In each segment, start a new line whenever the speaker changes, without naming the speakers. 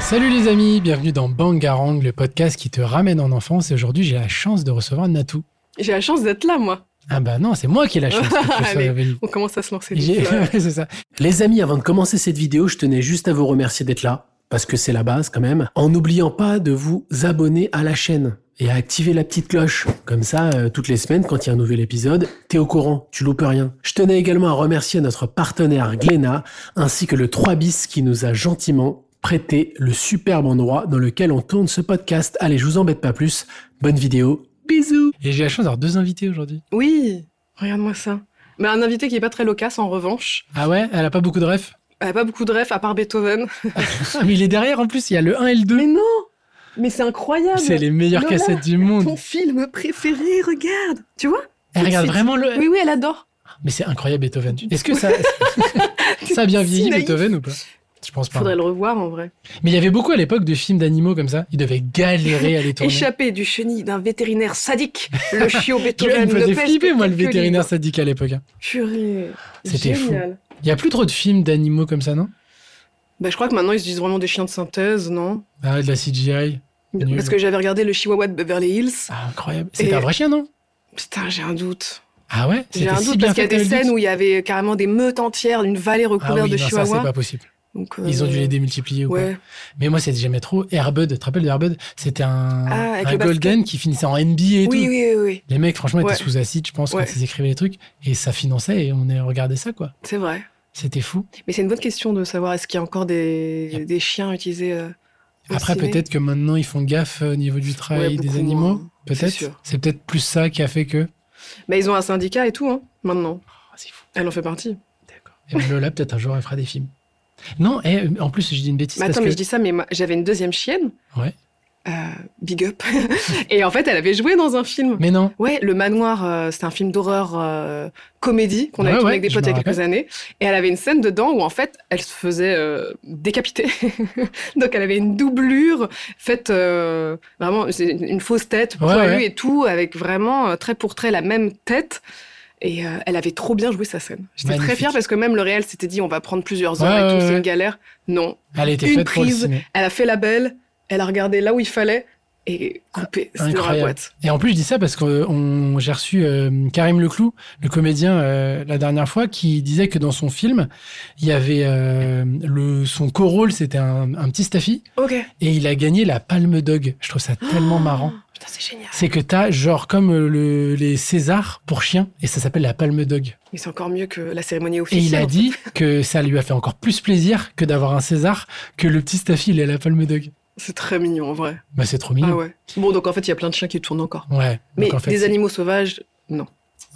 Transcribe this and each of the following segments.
Salut les amis, bienvenue dans Bangarang, le podcast qui te ramène en enfance. Et aujourd'hui, j'ai la chance de recevoir Natou.
J'ai la chance d'être là, moi.
Ah bah non, c'est moi qui ai la chance. que tu sois
Allez.
avec nous.
On commence à se lancer.
J'ai-
des fleurs.
Ouais, c'est ça.
Les amis, avant de commencer cette vidéo, je tenais juste à vous remercier d'être là, parce que c'est la base quand même, en n'oubliant pas de vous abonner à la chaîne et à activer la petite cloche. Comme ça, euh, toutes les semaines, quand il y a un nouvel épisode, t'es au courant, tu loupes rien. Je tenais également à remercier notre partenaire Glénat, ainsi que le 3 bis qui nous a gentiment prêté le superbe endroit dans lequel on tourne ce podcast. Allez, je vous embête pas plus, bonne vidéo, bisous
Et j'ai la chance d'avoir deux invités aujourd'hui.
Oui, regarde-moi ça. Mais un invité qui est pas très loquace, en revanche.
Ah ouais, elle a pas beaucoup de refs.
Elle a pas beaucoup de refs, à part Beethoven.
Ah, mais il est derrière en plus, il y a le 1 et le 2.
Mais non Mais c'est incroyable
C'est les meilleures
Lola,
cassettes du monde.
Ton film préféré, regarde Tu vois
Elle regarde
c'est-
vraiment le.
Oui, oui, elle adore.
Mais c'est incroyable Beethoven. Est-ce que ça, ça a bien
Si
vieilli
naïf.
Beethoven ou pas Je pense pas.
Faudrait le revoir, en vrai.
Mais il y avait beaucoup à l'époque de films d'animaux comme ça. Ils devaient galérer à les tourner.
Échappé du chenil d'un vétérinaire sadique, le chiot
Tu vois, il
Beethoven
me
ne
faisait
pèse
flipper,
que
moi, le
quelques
vétérinaire
livres.
sadique à l'époque. hein.
Purée.
C'était fou.
Génial.
Il y a plus trop de films d'animaux comme ça, non
Bah, je crois que maintenant, ils se disent vraiment des chiens de synthèse, non
Ah, de la CGI. Nul.
Parce que j'avais regardé le chihuahua de Beverly Hills.
Ah, incroyable. C'était
Et-
un vrai chien, non
Putain, j'ai un doute.
Ah ouais
J'ai
C'était
un
si
doute
bien
parce qu'il y a
fait
des
que le
scènes
doute.
où il y avait carrément des meutes entières, une vallée
Ah
recouverte
oui,
de
non, ça, c'est
chihuahua.
pas possible.
Donc,
Ils ont dû
euh,
les démultiplier ou quoi.
Ouais.
Mais moi, c'était jamais trop. Airbud, tu te rappelles de Airbud C'était un,
Ah, avec
un
le basket.
Golden qui finissait en NBA et
Oui,
tout.
oui, oui, oui,
Les mecs, franchement,
Ouais.
étaient sous acide, je pense,
Ouais.
quand ils écrivaient les trucs. Et ça finançait et on est- regardait ça, quoi.
c'est vrai.
C'était fou.
Mais c'est une bonne question de savoir est-ce qu'il y a encore des, des chiens utilisés. euh, au
Après,
ciné.
peut-être que maintenant, ils font gaffe euh, au niveau du travail
Ouais,
Ah, des
beaucoup
animaux.
moins. C'est
Peut-être.
sûr.
C'est peut-être plus ça qui a fait que.
Bah, ils ont un syndicat et tout, hein, maintenant.
Ah, c'est fou.
Elle en fait partie.
D'accord. Et ben, Lola, peut-être un jour, elle fera des films. Non, et euh, en plus, je dis une bêtise.
Mais
parce
attends, mais
que...
je dis ça, mais ma- j'avais une deuxième chienne.
Ouais.
Euh, big up. et en fait, elle avait joué dans un film.
mais non.
Ouais, Le Manoir, euh, c'était un film d'horreur euh, comédie qu'on avait
Ouais,
tourné
ouais,
avec des
je
potes
me
il y a quelques
rappelle.
années. Et elle avait une scène dedans où en fait, elle se faisait euh, décapiter. Donc elle avait une doublure faite euh, vraiment c'est une, une fausse tête
Ouais,
poilue
ouais.
et tout, avec vraiment euh, trait pour trait la même tête. Et euh, elle avait trop bien joué sa scène. J'étais très
Magnifique.
fière parce que même le réel s'était dit on va prendre plusieurs
Ouais,
heures
ouais,
et tout, c'est
ouais.
une galère. Non,
Elle était
Une
faite pour le
prise.
ciné.
elle a fait la belle, elle a regardé là où il fallait et coupé. C'était dans la
incroyable.
boîte.
Et en plus, je dis ça parce que euh, on- j'ai reçu euh, Karim Leclou, le comédien, euh, la dernière fois, qui disait que dans son film, il y avait euh, le son co-rôle, c'était un, un petit staffy,
Ok.
et il a gagné la Palme Dog. Je trouve ça tellement marrant.
Putain, c'est génial.
C'est que t'as genre comme euh, le, les Césars pour chiens, et ça s'appelle la Palme Dog.
Mais c'est encore mieux que la cérémonie
Et
officielle.
il a dit que ça lui a fait encore plus plaisir que d'avoir un César que le petit staffy, il est la Palme Dog.
C'est très mignon en vrai.
Bah c'est trop
Ah
mignon.
ouais. Bon, donc en fait, il y a plein de chiens qui tournent encore.
ouais.
Mais
Donc, en fait,
des
c'est-
animaux sauvages,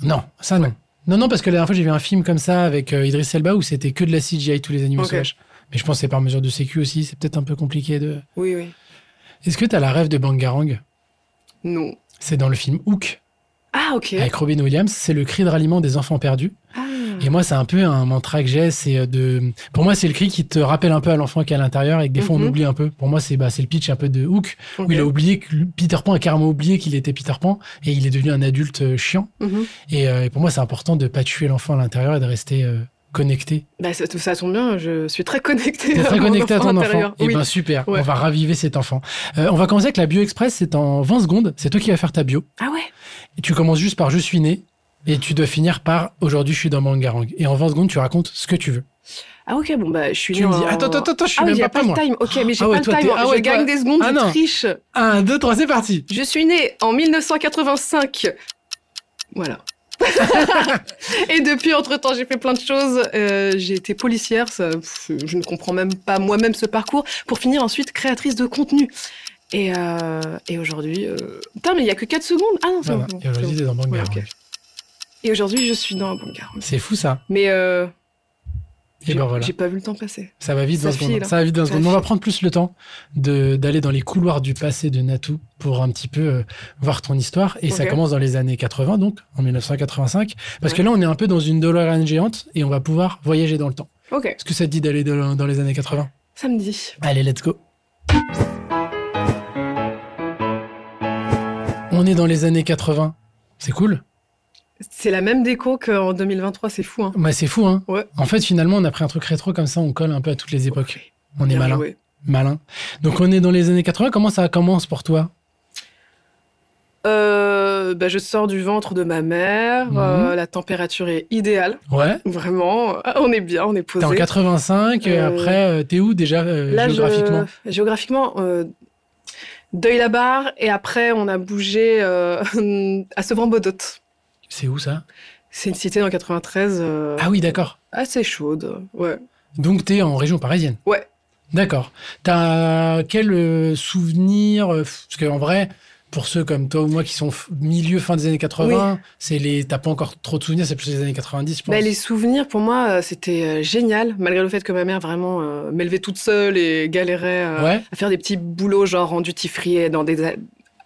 Non, ça non. Non, non, parce que la dernière fois, j'ai vu un film comme ça avec euh, Idris Elba où c'était que de la CGI, tous les animaux
Ok.
sauvages. Mais je pense que c'est par mesure de sécu aussi, c'est peut-être un peu compliqué de.
oui, oui.
Est-ce que t'as la rêve de Bangarang
Non.
C'est dans le film Hook
Ah, ok.
avec Robin Williams, c'est le cri de ralliement des enfants perdus.
Ah.
Et moi, c'est un peu un mantra que j'ai, c'est euh, de. Pour moi, c'est le cri qui te rappelle un peu à l'enfant qui est à l'intérieur et que des fois,
Mhm.
on oublie un peu. Pour moi, c'est bah, c'est le pitch un peu de Hook
Ok.
où il a oublié que Peter Pan a carrément oublié qu'il était Peter Pan et il est devenu un adulte euh, chiant.
Mhm.
Et, euh, et pour moi, c'est important de pas tuer l'enfant à l'intérieur et de rester euh, connecté.
Bah, ça, tout ça tombe bien, je suis très connectée.
T'es
à
très
mon
connecté à ton enfant.
intérieur.
Et
Oui.
ben super,
Ouais.
on va raviver cet enfant. Euh, on va commencer avec la bio express, c'est en 20 secondes, c'est toi qui vas faire ta bio.
Ah ouais
Et tu commences juste par je suis né et tu dois finir par aujourd'hui je suis dans Mangarang. Et en 20 secondes, tu racontes ce que tu veux.
Ah, ok, bon, bah, je suis
Tu
née
me dis
en-
attends attends attends, je suis
Ah oui,
même
j'ai
pas,
pas
prêt,
le
moi.
time. Ok, mais j'ai
Ah ouais,
pas
toi,
le
t'es-
time.
ah
je
ouais, toi-
gagne des secondes,
Ah
je
non.
triche.
1 2 3, c'est parti.
Je suis née en 1985. Voilà. et depuis, entre-temps, j'ai fait plein de choses. Euh, j'ai été policière, ça, pff, je ne comprends même pas moi-même ce parcours, pour finir ensuite créatrice de contenu. Et, euh, et aujourd'hui... euh, Putain, mais il n'y a que 4 secondes Ah non, c'est
Voilà.
bon,
Et aujourd'hui,
c'est
t'es dans
bon. Ouais,
Mangarang.
ok. Et aujourd'hui, je suis dans Bangar.
C'est fou ça.
Mais euh,
Et
j'ai
ben voilà,
j'ai pas vu le temps passer.
ça va vite
ça
dans secondes.
file.
Ça va vite dans
Ça
secondes. On va
file.
prendre plus le temps de d'aller dans les couloirs du passé de Natou pour un petit peu euh, voir ton histoire. Et ça
Ok.
commence dans les années 80, donc en 1985. Parce que
Ouais.
là, on est un peu dans une DeLorean géante et on va pouvoir voyager dans le temps.
Ok,
Est-ce que ça te dit d'aller dans, dans les années 80
samedi.
Allez, let's go. On est dans les années 80. C'est cool.
C'est la même déco qu'en 2023, c'est fou. Hein.
Bah, c'est fou, hein
Ouais.
En fait, finalement, on a pris un truc rétro comme ça, on colle un peu à toutes les époques. On est
Bien
malin.
joué.
Malin. Donc on est dans les années 80. Comment ça commence pour toi
Euh, bah, je sors du ventre de ma mère,
Mhm.
euh, la température est idéale,
Ouais.
vraiment, Ah, on est bien, on est
T'es
posé.
en 85. euh,
Euh,
Après, euh, t'es où déjà euh,
Là, je-
géographiquement
géographiquement, euh, Deuil-la-Barre, et après on a bougé euh, à Sevran-Bodot.
C'est où ça
C'est une cité dans 93 euh,
Ah oui, d'accord.
assez chaude, ouais.
Donc t'es en région parisienne.
Ouais.
D'accord. T'as quel euh, souvenir euh, pff, Parce qu'en vrai, pour ceux comme toi ou moi qui sont f- milieu fin des années 80, c'est les. T'as pas encore trop de souvenirs. C'est plus les années 90, je pense.
Bah, les souvenirs, pour moi, euh, c'était euh, génial, malgré le fait que ma mère vraiment euh, m'élevait toute seule et galérait euh,
Ouais.
à faire des petits boulots, genre en duty free dans des, a-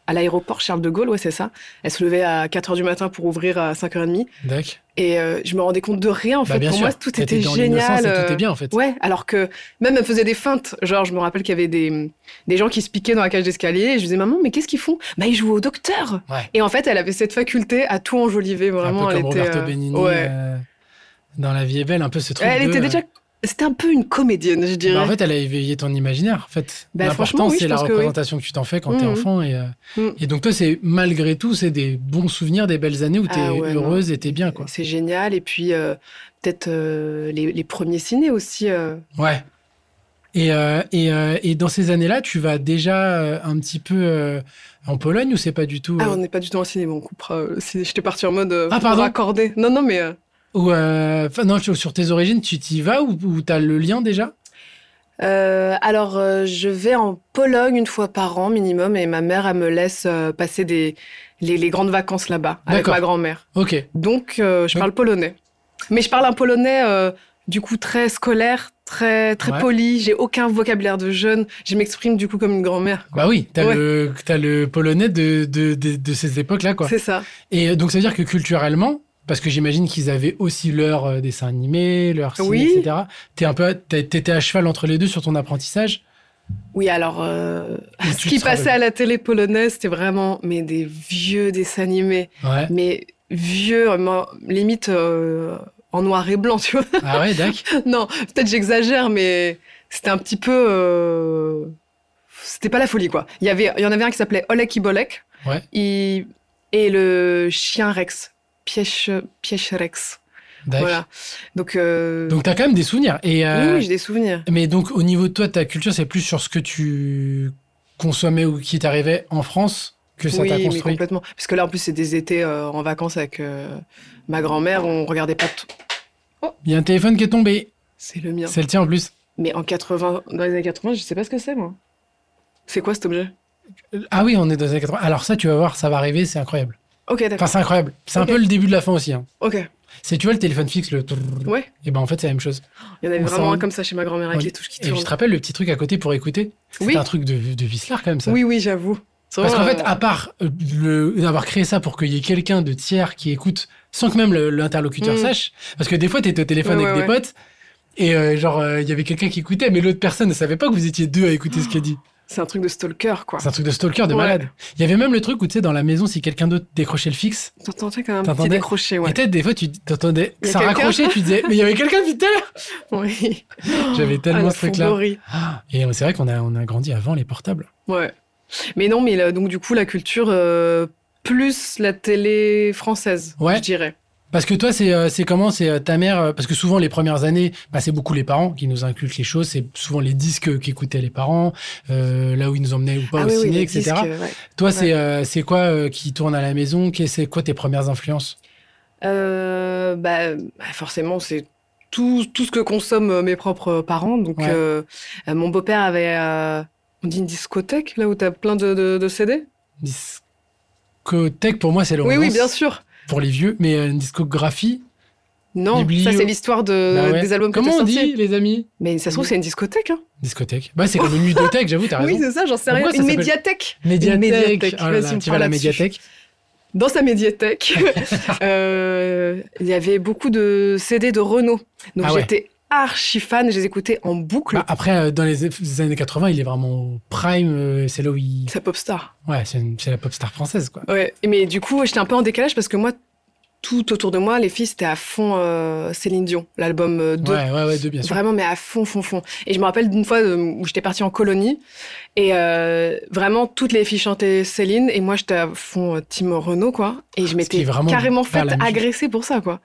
à l'aéroport Charles de Gaulle, ouais, c'est ça. Elle se levait à 4 h du matin pour ouvrir à 5h30.
D'accord.
Et euh, je me rendais compte de rien, en
Bah,
fait.
bien
pour
sûr.
moi, tout
T'étais
était
dans l'innocence
génial.
et
euh,
Tout était bien en fait.
Ouais, alors que même elle me faisait des feintes. Genre, je me rappelle qu'il y avait des, des gens qui se piquaient dans la cage d'escalier. Et je disais, maman, mais qu'est-ce qu'ils font Bah, ils jouent au docteur.
Ouais.
Et en fait, elle avait cette faculté à tout enjoliver, vraiment.
un peu
elle
comme
était,
Roberto
euh,
Benigni
ouais.
euh, dans La vie est belle, un peu ce truc.
elle
de,
était
euh,
déjà. C'était un peu une comédienne, je
bah,
dirais.
en fait, elle a éveillé ton imaginaire. En fait,
Bah,
l'important
franchement, oui,
c'est
je
la
pense que oui.
représentation que, tu t'en fais quand t'es
Mhm.
enfant. Et, euh,
Mhm.
et donc toi, c'est malgré tout, c'est des bons souvenirs, des belles années où t'es
Ah ouais,
heureuse et t'es bien quoi.
Euh, C'est génial. Et puis, euh, peut-être euh, les, les premiers ciné aussi. euh,
Ouais. Et, euh, et, euh, et dans ces années-là, tu vas déjà euh, un petit peu euh, en Pologne ou c'est pas du tout
Ah,
euh,
on n'est pas du tout en ciné, mais on coupera. euh, le ciné. J'étais partie en mode. euh,
Ah,
pour
pardon.
raccorder. Non, non, mais. euh,
ou euh, enfin, non sur sur tes origines, tu t'y vas ou, ou t'as le lien déjà
Euh, alors, euh, je vais en Pologne une fois par an minimum et ma mère, elle me laisse euh, passer des, les, les grandes vacances là-bas avec
D'accord.
ma grand-mère.
Ok.
Donc, euh, je
Donc-
parle polonais. Mais je parle un polonais, euh, du coup, très scolaire, très, très
Ouais.
poli. J'ai aucun vocabulaire de jeune. Je m'exprime, du coup, comme une grand-mère.
Bah oui, t'as
Ouais.
le t'as le polonais de de, de, de ces époques-là quoi.
C'est ça.
Et euh, donc, ça veut dire que culturellement, parce que j'imagine qu'ils avaient aussi leur euh, dessin animé, leur ciné,
Oui.
etc. T'es un peu, à- t'es- t'étais à cheval entre les deux sur ton apprentissage.
Oui, alors, euh,
Ou
ce
tu
qui
te
passait à
rappelles-
la télé polonaise, c'était vraiment mais des vieux dessins animés.
Ouais.
Mais vieux, vraiment, limite euh, en noir et blanc, tu vois.
Ah ouais, d'accord.
Non, peut-être j'exagère, mais c'était un petit peu. euh, C'était pas la folie, quoi. Il y, avait, il y en avait un qui s'appelait Olek Ibolek.
Ouais.
Il- Et le chien Rex. Pièche, pièche Rex.
D'accord.
Voilà. Donc, euh,
Donc, t'as quand même des souvenirs. Et,
oui,
euh,
oui, j'ai des souvenirs.
Mais donc, au niveau de toi, ta culture, c'est plus sur ce que tu consommais ou qui t'arrivait en France que ça
oui,
t'a
mais
construit.
complètement. Parce que là, en plus, c'est des étés euh, en vacances avec euh, ma grand-mère. On regardait pas tout.
Il y a un téléphone qui est tombé.
C'est le mien.
C'est le tien en plus.
Mais en 80, dans les années 80, je sais pas ce que c'est, moi. C'est quoi cet objet
Euh, Ah oui, on est dans les années 80. Alors, ça, tu vas voir, ça va arriver, c'est incroyable.
Ok,
Enfin,
d'accord.
c'est incroyable. C'est
Ok.
un peu le début de la fin aussi. Hein.
Ok.
C'est, tu vois, le téléphone fixe, le. trrrr.
Ouais.
Et ben, en fait, c'est la même chose.
Il y en avait
On
vraiment
s'en-
un comme ça chez ma grand-mère avec
On-
les touches qui
Et je
tournent.
te rappelle le petit truc à côté pour écouter
Oui,
C'est un truc de, de Vislar quand même ça.
oui, oui, j'avoue. C'est
Parce qu'en
vraiment,
fait,
euh,
à part euh, le- d'avoir créé ça pour qu'il y ait quelqu'un de tiers qui écoute sans que même le- l'interlocuteur
Mm.
sache, parce que des fois t'étais au téléphone
Ouais,
avec
ouais,
des potes et euh, genre euh, il y avait quelqu'un qui écoutait, mais l'autre personne ne savait pas que vous étiez deux à écouter ce qu'il a dit.
c'est un truc de stalker, quoi.
C'est un truc de stalker de
Ouais.
malade. Il y avait même le truc où tu sais dans la maison si quelqu'un d'autre décrochait le fixe,
T'entendais quand même un petit
T'entendais
décroché,
et
ouais.
peut-être des fois tu t'entendais
Il y a
ça
quelqu'un
raccrochait, tu disais mais il y avait quelqu'un vite
Oui.
J'avais
Ah,
tellement
la
ce truc là.
fourberie.
Et euh, c'est vrai qu'on a on a grandi avant les portables.
Ouais. Mais non, mais là, donc du coup, la culture euh, plus la télé française,
Ouais.
je dirais.
Parce que toi, c'est euh, c'est comment C'est euh, ta mère euh, Parce que souvent, les premières années, bah, c'est beaucoup les parents qui nous inculquent les choses. C'est souvent les disques qu'écoutaient les parents, euh, là où ils nous emmenaient ou pas
Ah
au
oui, oui,
ciné,
les
etc.
disques, ouais.
Toi, c'est euh, c'est quoi euh, qui tourne à la maison Qu'est- C'est quoi tes premières influences
Euh, bah, bah, forcément, c'est tout, tout ce que consomment euh, mes propres parents. Donc,
Ouais.
euh, euh, mon beau-père avait, euh, on dit une discothèque, là où t'as plein de, de, de CD
Discothèque, pour moi, c'est le
Oui, oui, bien sûr.
Pour les vieux, mais euh, une discographie.
Non,
Biblio.
ça c'est l'histoire de,
Bah ouais.
Euh, des albums que
Comment
t'as
on
sortis.
dit, les amis
Mais ça se trouve, c'est une discothèque. Hein.
Discothèque. Bah, c'est comme une ludothèque, j'avoue, t'as
Oui,
raison.
c'est ça, j'en sais
Pourquoi
rien.
ça
Une
s'appelle-
médiathèque.
Médiathèque.
médiathèque.
Oh là
Vas-y,
là,
on
tu vas à la
parle là-dessus.
médiathèque.
Dans sa médiathèque, euh, il y avait beaucoup de CD de Renault. Donc
Ah ouais.
j'étais archi fan, je les écoutais en boucle.
Bah, après, euh, dans les les années 80, il est vraiment au prime. euh, c'est là où il
C'est popstar.
Ouais, c'est une- c'est la pop star française, quoi.
Ouais. Mais du coup, j'étais un peu en décalage parce que moi, tout autour de moi, les filles, c'était à fond euh, Céline Dion, l'album euh, 2.
Ouais, ouais, ouais, deux, bien sûr.
Vraiment, mais à fond, fond, fond. Et je me rappelle d'une fois euh, où j'étais partie en colonie et euh, vraiment toutes les filles chantaient Céline et moi j'étais à fond euh, Tim Renault quoi.
Ah,
Et je
qui est
m'étais
vraiment
carrément
pas
faite
la musique.
agresser pour ça quoi.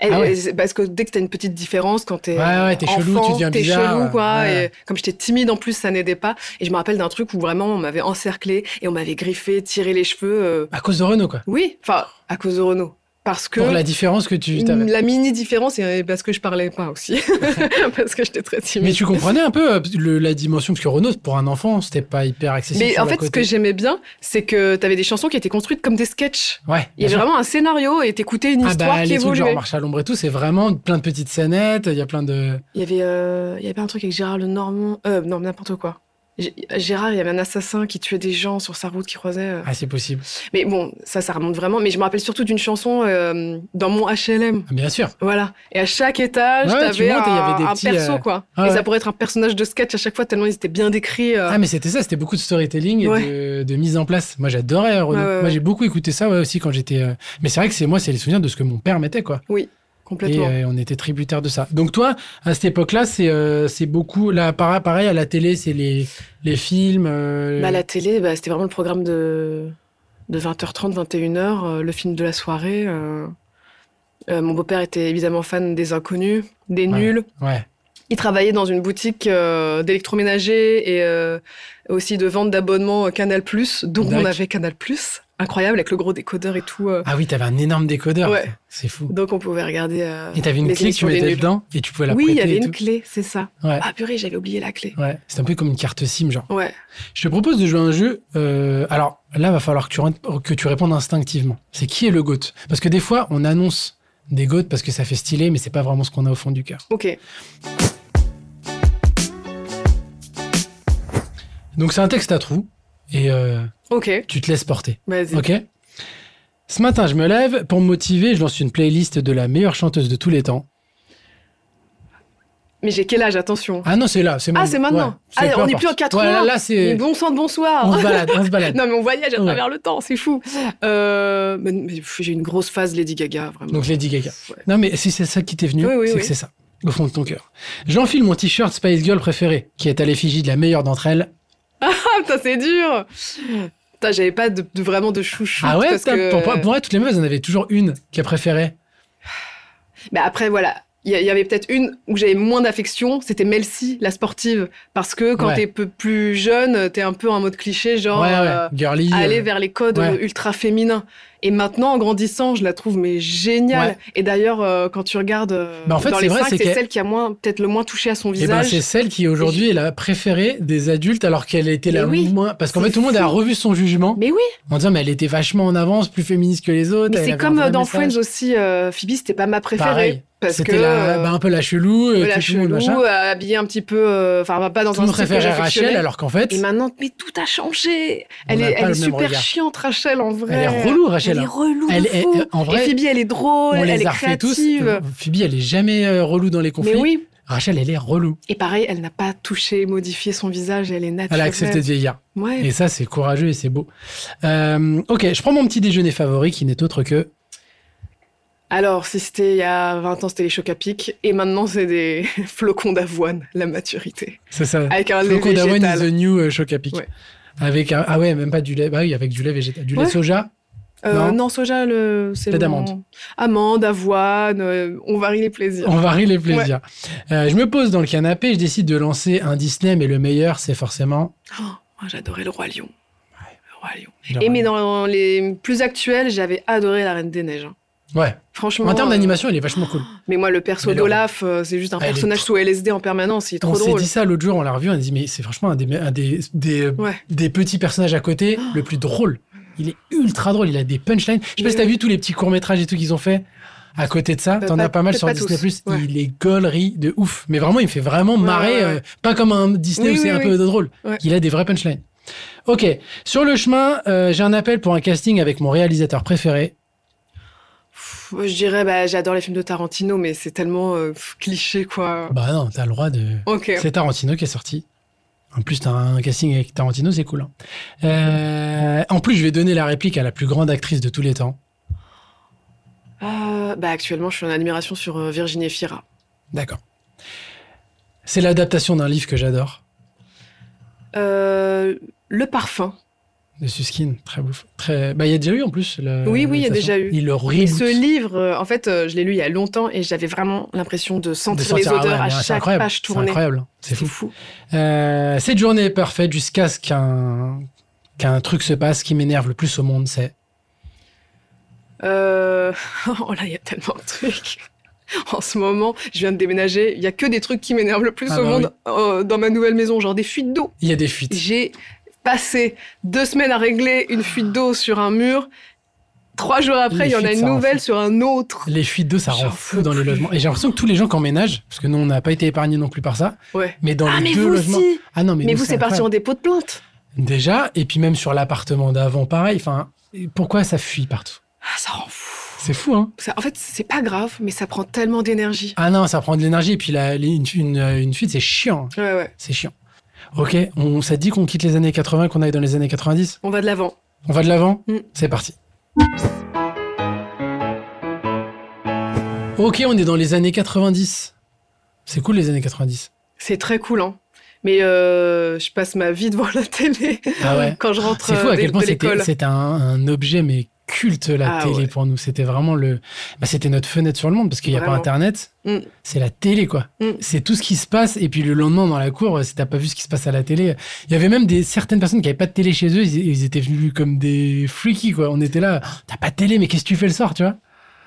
Et-
Ah ouais.
et c'est- Parce que dès que t'as une petite différence, quand t'es
Ouais, ouais, t'es
enfant,
chelou, tu deviens
t'es
bizarre,
chelou, quoi.
ouais.
Et comme j'étais timide en plus, ça n'aidait pas. Et je me rappelle d'un truc où vraiment on m'avait encerclé et on m'avait griffé, tiré les cheveux. euh,
À cause de Renault, quoi.
Oui, enfin à cause de Renault, parce que
Pour la différence que tu avais.
la mini différence, et parce que je parlais pas aussi, parce que j'étais très timide.
Mais tu comprenais un peu euh, le- la dimension, parce que Renault, pour un enfant, c'était pas hyper accessible.
Mais
sur
en
le
fait, ce
côté.
que j'aimais bien, c'est que t'avais des chansons qui étaient construites comme des sketchs.
Ouais.
Il y avait vraiment un scénario et t'écoutais une
Ah
histoire
bah,
qui
les trucs genre
évoluait.
Marche à l'ombre et tout, c'est vraiment plein de petites scénettes, il y a plein de...
Il y avait, euh, il y avait un truc avec Gérard le Normand. Euh, non, n'importe quoi. G- Gérard, il y avait un assassin qui tuait des gens sur sa route qui croisait. euh.
Ah, c'est possible.
Mais bon, ça, ça remonte vraiment. Mais je me rappelle surtout d'une chanson euh, dans mon HLM.
Ah, Bien sûr.
Voilà. Et à chaque étage,
Ouais, tu
t'avais un,
montes et il y avait des
un
petits,
perso,
euh,
quoi.
ah
et
ouais.
ça pourrait être un personnage de sketch à chaque fois, tellement ils étaient bien décrits. euh.
Ah, mais c'était ça, c'était beaucoup de storytelling et de, de mise en place. Moi, j'adorais Renaud.
Ouais, ouais,
Moi,
ouais.
j'ai beaucoup écouté ça ouais, aussi quand j'étais. euh, Mais c'est vrai que c'est moi, c'est les souvenirs de ce que mon père mettait, quoi. Et
complètement.
euh, on était tributaire de ça. Donc, toi, à cette époque-là, c'est euh, c'est beaucoup. Là, pareil, pareil, à la télé, c'est les, les films. euh,
Bah, la télé, bah, c'était vraiment le programme de, de 20h30, 21h, euh, le film de la soirée. euh. Euh, mon beau-père était évidemment fan des inconnus, des
Ouais.
nuls.
Ouais.
Il travaillait dans une boutique euh, d'électroménager et euh, aussi de vente d'abonnements euh, Canal+, donc on
D'accord.
avait Canal+, incroyable, avec le gros décodeur et tout. euh.
Ah oui, t'avais un énorme décodeur.
Ouais.
C'est fou.
Donc on pouvait regarder euh,
Et t'avais une
les
clé que tu
émissions des
mettais
nuls.
dedans et tu pouvais la
Oui, il y
prêter
avait
et
une
tout.
clé, c'est ça.
Ouais.
Ah purée, j'avais oublié la clé.
Ouais, c'est un peu comme une carte SIM, genre.
Ouais,
Je te propose de jouer à un jeu. euh, alors là, va falloir que tu, rent- que tu répondes instinctivement. C'est qui est le GOAT Parce que des fois, on annonce des GOAT parce que ça fait stylé, mais c'est pas vraiment ce qu'on a au fond du cœur.
ok.
Donc c'est un texte à trous et euh,
Ok,
tu te laisses porter.
vas-y.
Ok Ce matin, je me lève pour me motiver. Je lance une playlist de la meilleure chanteuse de tous les temps.
Mais j'ai quel âge, attention.
Ah non, c'est là, c'est
Ah, c'est maintenant. Ah, on est
n'est
plus en 80.
là, là,
Mais
c'est.
bon sang de bonsoir.
On se balade, on se balade.
non, mais on voyage à
Ouais.
travers le temps, c'est fou. Euh, mais- mais pff, j'ai une grosse phase Lady Gaga, vraiment.
Donc Lady Gaga.
Ouais.
Non, mais si c'est ça qui t'est venu,
Oui, oui,
c'est
oui.
que c'est ça, au fond de ton cœur. J'enfile mon t-shirt Space Girl préféré, qui est à l'effigie de la meilleure d'entre elles.
Ah, putain, c'est dur. Putain, j'avais pas de, de- vraiment de chouchou.
ah ouais,
parce
putain,
que...
pour, pour vrai, toutes les meufs, elles en avaient toujours une qui a préféré.
Mais après, voilà. Il y a- il y avait peut-être une où j'avais moins d'affection, c'était Melcy, la sportive. Parce que quand
Ouais.
t'es peu plus jeune, t'es un peu en mode cliché, genre.
ouais, ouais,
euh,
girly.
aller
euh,
vers les codes
ouais.
euh, ultra féminins. Et maintenant, en grandissant, je la trouve mais géniale.
Ouais.
Et d'ailleurs, euh, quand tu regardes euh,
Bah, en fait,
dans
c'est
les
vrai,
cinq,
c'est
c'est
qu'elle-
celle qui a moins, peut-être le moins touché à son
eh ben,
visage.
c'est celle qui aujourd'hui est la préférée des adultes alors qu'elle était la
Mais oui,
moins. Parce qu'en
c'est
fait, tout le monde
fou.
a revu son jugement
mais oui,
en disant, mais elle était vachement en avance, plus féministe que les autres.
mais
elle
c'est
avait un
comme euh,
vrai
dans
message.
Friends aussi, euh, Phoebe, c'était pas ma préférée.
Pareil.
Parce que
C'était la-
euh,
bah, un peu la chelou, euh,
la
tout le monde,
chelou,
machin.
euh, habillée un petit peu, euh, enfin pas dans
Tout le
un
monde
style que
préférait Rachel
j'affectionnais.
alors qu'en fait,
Et maintenant, mais tout a changé.
On
elle
n'a
est,
pas
elle
le
est
même
super
regard.
chiante, Rachel, en vrai.
elle est relou, Rachel.
Elle est
hein.
relou. de
Elle est-
fou.
en vrai,
et Phoebe, elle est drôle,
on
elle
les
est
a refait tous.
créative.
Phoebe, elle est jamais euh, relou dans les conflits.
Mais oui,
Rachel, elle est relou.
Et pareil, elle n'a pas touché, modifié son visage, elle est
Elle
naturelle.
a accepté de vieillir.
Ouais.
Et ça, c'est courageux et c'est beau. Euh, ok, je prends mon petit déjeuner favori qui n'est autre que.
Alors, si c'était il y a 20 ans, c'était les chocs à pic, et maintenant, c'est des flocons d'avoine, la maturité.
C'est ça.
Avec un lait
Coco d'avoine is
Ah, végétal.
the new euh, Chocapic.
Ouais.
Avec un- ah ouais, même pas du lait. Bah oui, avec du lait végétal. Du lait
Ouais.
soja.
Euh,
non.
non. soja, le, c'est
Lait
le-
d'amande.
Amande, avoine, euh, on varie les plaisirs.
On varie les plaisirs. Euh, je me pose dans le canapé, je décide de lancer un Disney, mais le meilleur, c'est forcément.
Moi, j'adorais le roi lion. Le roi lion.
Genre,
Et mais dans les plus actuels, j'avais adoré la Reine des Neiges. hein.
Ouais.
Franchement.
En termes
euh,
d'animation, il est vachement cool.
Mais moi, le perso
Mais le-
d'Olaf, euh, c'est juste un
Ah, il est
personnage
trop-
sous LSD en permanence, il est
On
trop
s'est
drôle.
dit ça l'autre jour, on l'a revu, on a dit mais c'est franchement un des, un des, des,
Ouais. Oh.
des petits personnages à côté le plus drôle. Il est ultra drôle, il a des punchlines. Je sais pas
Mais
si t'as
oui.
vu tous les petits courts-métrages et tout qu'ils ont fait. À côté de ça,
Peut-
t'en
pas-
as pas mal
peut-être
sur
pas
Disney+.
tous, ouais.
Il est gaulerie de ouf. Mais vraiment, il me fait vraiment
Ouais,
marrer.
ouais, ouais.
euh, pas comme un Disney
Oui,
où c'est
oui,
un
oui.
peu drôle.
Ouais.
Il a des vrais punchlines. Ok. Sur le chemin, euh, j'ai un appel pour un casting avec mon réalisateur préféré.
Pff, Je dirais, bah, j'adore les films de Tarantino, mais c'est tellement euh, pff, cliché, quoi.
Bah non, t'as le droit de...
Ok.
C'est Tarantino qui est sorti. En plus, t'as un casting avec Tarantino, c'est cool. hein. Euh, en plus, je vais donner la réplique à la plus grande actrice de tous les temps.
Euh, bah, actuellement, je suis en admiration sur euh, Virginie Fira.
D'accord. C'est l'adaptation d'un livre que j'adore,
Euh, le parfum.
de Suskin. Très beau. Très... Bah, il y a déjà eu en plus. la-
Oui, oui, il y a
de toute
déjà
façon.
eu.
Il le
Et
reboot.
ce livre, euh, en fait, euh, je l'ai lu il y a longtemps et j'avais vraiment l'impression de
de
sentir les
sortir- ah
odeurs
ouais,
à
mais c'est
chaque
incroyable.
page
C'est
tournée.
incroyable. hein. C'est
C'était
fou.
fou.
Euh, cette journée est parfaite jusqu'à ce qu'un qu'un truc se passe qui m'énerve le plus au monde, c'est
Euh, Oh là, il y a tellement de trucs. En ce moment, je viens de déménager. Il y a que des trucs qui m'énervent le plus
Ah
au
bah
monde euh, dans ma nouvelle maison, genre des fuites d'eau.
il y a des fuites.
J'ai passé deux semaines à régler une fuite d'eau sur un mur. Trois jours après,
Les
il y en a
fuites,
une
ça rend
nouvelle
fou.
sur un autre.
Les fuites d'eau, ça
J'en
rend
peux
fou dans les
plus.
logements. Et j'ai l'impression que tous les gens qui emménagent, parce que nous, on n'a pas été épargnés non plus par ça,
Ouais.
mais dans
Ah,
les
mais
deux
vous
logements.
aussi
Ah non, mais,
Mais
nous,
vous, c'est parti en
incroyable.
dépôt de plainte
Déjà, et puis même sur l'appartement d'avant, pareil. Enfin, pourquoi ça fuit partout
Ah, ça rend fou.
C'est fou, hein
Ça- en fait, c'est pas grave, mais ça prend tellement d'énergie.
Ah non, ça prend de l'énergie. Et puis la, les- une, une, une fuite, c'est chiant. hein.
Ouais, ouais.
C'est chiant. Ok, on, ça te dit qu'on quitte les années 80, qu'on aille dans les années 90
On va de l'avant.
On va de l'avant
Mm.
C'est parti. Ok, on est dans les années 90. C'est cool les années 90.
C'est très cool, hein. Mais euh, je passe ma vie devant la télé
Ah ouais.
quand je rentre
C'est fou à
euh, de,
quel point
de l'école.
c'était c'était un, un objet mais culte la
Ah
télé
ouais.
pour nous. C'était vraiment le, bah, c'était notre fenêtre sur le monde parce qu'il n'y a pas
Vraiment.
internet.
Mm.
C'est la télé quoi.
Mm.
C'est tout ce qui se passe et puis le lendemain dans la cour, euh, si t'as pas vu ce qui se passe à la télé, il y avait même des certaines personnes qui avaient pas de télé chez eux, ils, ils étaient venus comme des freaky quoi. On était là, t'as pas de télé mais qu'est-ce que tu fais le soir tu vois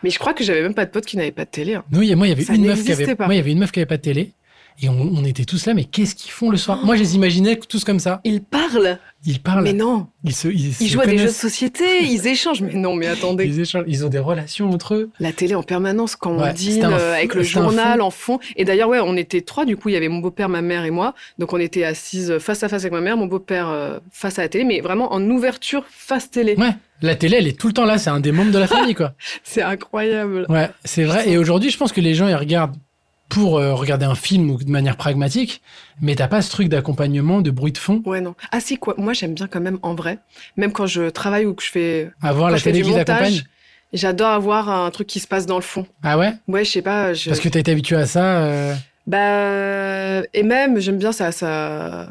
Mais je crois que j'avais même pas de potes qui n'avaient pas de télé. hein.
Nous, il y a- moi, il y avait
Ça
une meuf qui avait,
n'existait pas.
moi, il y avait une meuf qui avait pas de télé. Et on, on était tous là, mais qu'est-ce qu'ils font le soir Moi, je les imaginais tous comme ça.
Ils
Ah
parlent,
Ils parlent,
mais non.
ils se, ils, se
Ils jouent à des
connaissent,
jeux de société, ils échangent. Mais non, mais attendez.
ils échangent, ils ont des relations entre eux.
La télé en permanence, quand
Ouais,
on dîne,
c'était un
euh,
fou-
avec le
c'était un
journal en fond. Et d'ailleurs, ouais, on était trois, du coup, il y avait mon beau-père, ma mère et moi. Donc, on était assises face à face avec ma mère, mon beau-père euh, face à la télé, mais vraiment en ouverture face télé.
Ouais, la télé, elle est tout le temps là. C'est un des membres de la famille, quoi.
C'est incroyable.
Ouais, c'est vrai. Et aujourd'hui, je pense que les gens, ils regardent pour euh, regarder un film ou de manière pragmatique, mais t'as pas ce truc d'accompagnement, de bruit de fond,
Ouais, non. Ah, si, quoi. Moi, j'aime bien quand même en vrai. Même quand je travaille ou que je fais.
avoir
quand
Oh, la
je fais
télé
du
qui t'accompagne.
montage, j'adore avoir un truc qui se passe dans le fond.
Ah ouais
Ouais, je sais pas. Je...
Parce que t'as été habitué à ça. euh,
Bah. Et même, j'aime bien ça. Ça,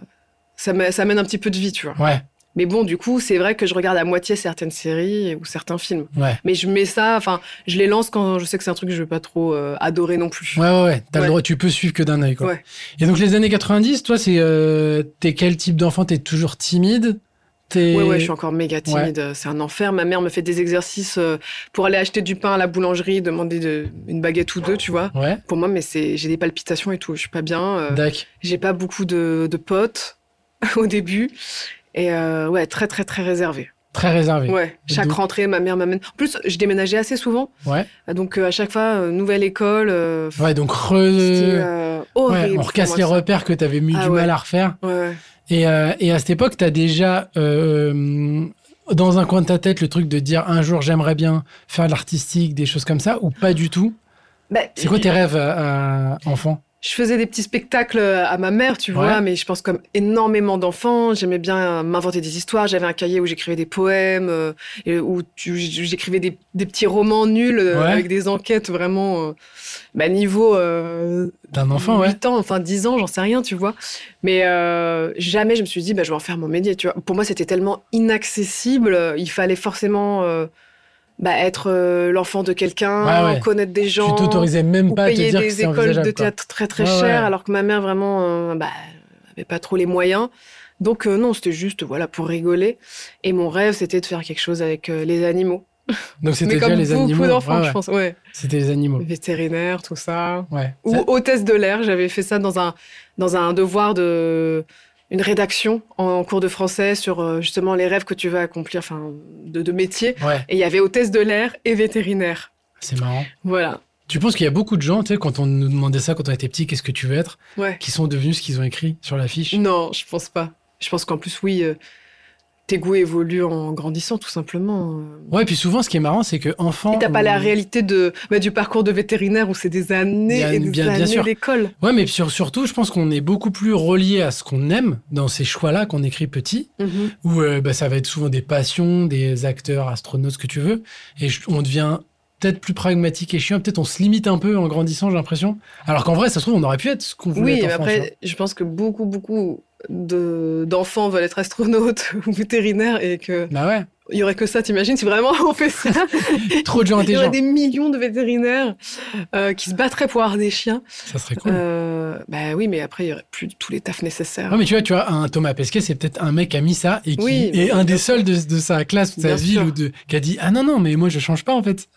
ça, m'a- ça mène un petit peu de vie, tu vois.
Ouais,
Mais bon, du coup, c'est vrai que je regarde à moitié certaines séries ou certains films.
ouais,
Mais je mets ça, enfin, je les lance quand je sais que c'est un truc que je vais pas trop euh, adorer non plus.
ouais, ouais. ouais. T'as le
Ouais.
droit, tu peux suivre que d'un œil, quoi.
Ouais.
Et donc les années 90, toi, c'est euh, t'es quel type d'enfant T'es toujours timide T'es
Ouais, ouais, je suis encore méga timide. euh, C'est un enfer. Ma mère me fait des exercices euh, pour aller acheter du pain à la boulangerie, demander de- une baguette ou deux, tu vois.
ouais.
Pour moi, mais c'est, j'ai des palpitations et tout. Je suis pas bien. euh,
Dac.
j'ai pas beaucoup de, de potes au début. Et euh, ouais, très, très, très réservé.
Très réservé. Ouais.
Ouais. Chaque
d'où-
rentrée, ma mère m'amène. En plus, je déménageais assez souvent.
Ouais.
Donc, euh, à chaque fois, euh, nouvelle école. euh,
donc re...
C'était euh, horrible.
Mmh. ouais, on
pour
recasse
moi,
les
ça.
repères que t'avais mis
Ah
du
ouais.
mal à refaire.
Ouais, ouais.
Et, euh, et à cette époque, t'as déjà euh, dans un coin de ta tête le truc de dire un jour j'aimerais bien faire de l'artistique, des choses comme ça, ou pas du tout.
Bah,
C'est quoi tes rêves euh, euh, enfant
Je faisais des petits spectacles euh, à ma mère, tu vois,
Ouais.
mais je pense comme énormément d'enfants. J'aimais bien euh, m'inventer des histoires. J'avais un cahier où j'écrivais des poèmes, euh, et où tu- j'écrivais des, des petits romans nuls euh,
Ouais.
avec des enquêtes vraiment euh, bah, niveau euh,
D'un enfant, ouais.
8 ans, enfin 10 ans, j'en sais rien, tu vois. Mais euh, jamais je me suis dit, bah, je vais en faire mon métier, tu vois. Pour moi, c'était tellement inaccessible. euh, Il fallait forcément euh, bah, être euh, l'enfant de quelqu'un,
Ouais, ouais.
connaître des
Tu
gens.
t'autorisais même
ou
pas à te
payer
dire que
des
c'est
écoles
envisageable.
de
quoi.
théâtre très très
Ouais, ouais.
chères, alors que ma mère vraiment euh, bah, avait pas trop les moyens. Donc euh, non, c'était juste voilà pour rigoler. Et mon rêve, c'était de faire quelque chose avec euh, les animaux.
Donc c'était
Mais
déjà
comme
les
beaucoup
animaux.
d'enfants,
ouais, ouais.
je pense, ouais.
C'était les animaux.
Vétérinaire, tout ça.
Ouais.
Ou hôtesse de l'air, j'avais fait ça dans un, dans un devoir de une rédaction en cours de français sur euh, justement les rêves que tu vas accomplir, enfin de, de métier.
Ouais,
Et il y avait hôtesse de l'air et vétérinaire.
c'est marrant.
Voilà.
Tu penses qu'il y a beaucoup de gens, tu sais, quand on nous demandait ça quand on était petit, qu'est-ce que tu veux être,
Ouais.
qui sont devenus ce qu'ils ont écrit sur l'affiche
Non, je pense pas. Je pense qu'en plus, oui, euh, tes goûts évoluent en grandissant, tout simplement.
Ouais, puis souvent, ce qui est marrant, c'est que enfant.
Et t'as pas
on-
la réalité de, bah, du parcours de vétérinaire où c'est des années
Bien-
et des
bien- bien
années
sûr.
d'école.
Ouais, mais sur- surtout, je pense qu'on est beaucoup plus relié à ce qu'on aime dans ces choix-là qu'on écrit petit,
Mhm.
où euh, bah, ça va être souvent des passions, des acteurs, astronautes, ce que tu veux, et je- on devient peut-être plus pragmatique et chiant. Peut-être on se limite un peu en grandissant, j'ai l'impression. Alors qu'en vrai, ça se trouve, on aurait pu être ce qu'on voulait
Oui,
être
mais
enfant, tu vois.
après, je pense que beaucoup, beaucoup de- d'enfants veulent être astronautes ou vétérinaires et que
Bah ouais,
il y aurait que ça. T'imagines si vraiment on fait ça
trop de gens
Il y aurait
intelligents.
des millions de vétérinaires euh, qui se battraient pour avoir des chiens.
Ça serait cool.
Euh, bah oui, mais après il y aurait plus tous les tafs nécessaires.
Non, mais tu vois, tu vois, un Thomas Pesquet, c'est peut-être un mec qui a mis ça et qui
Oui,
est
bien
un des
sûr.
seuls de, de sa classe, de sa
Bien
ville
sûr.
ou de qui a dit ah non non mais moi je change pas en fait.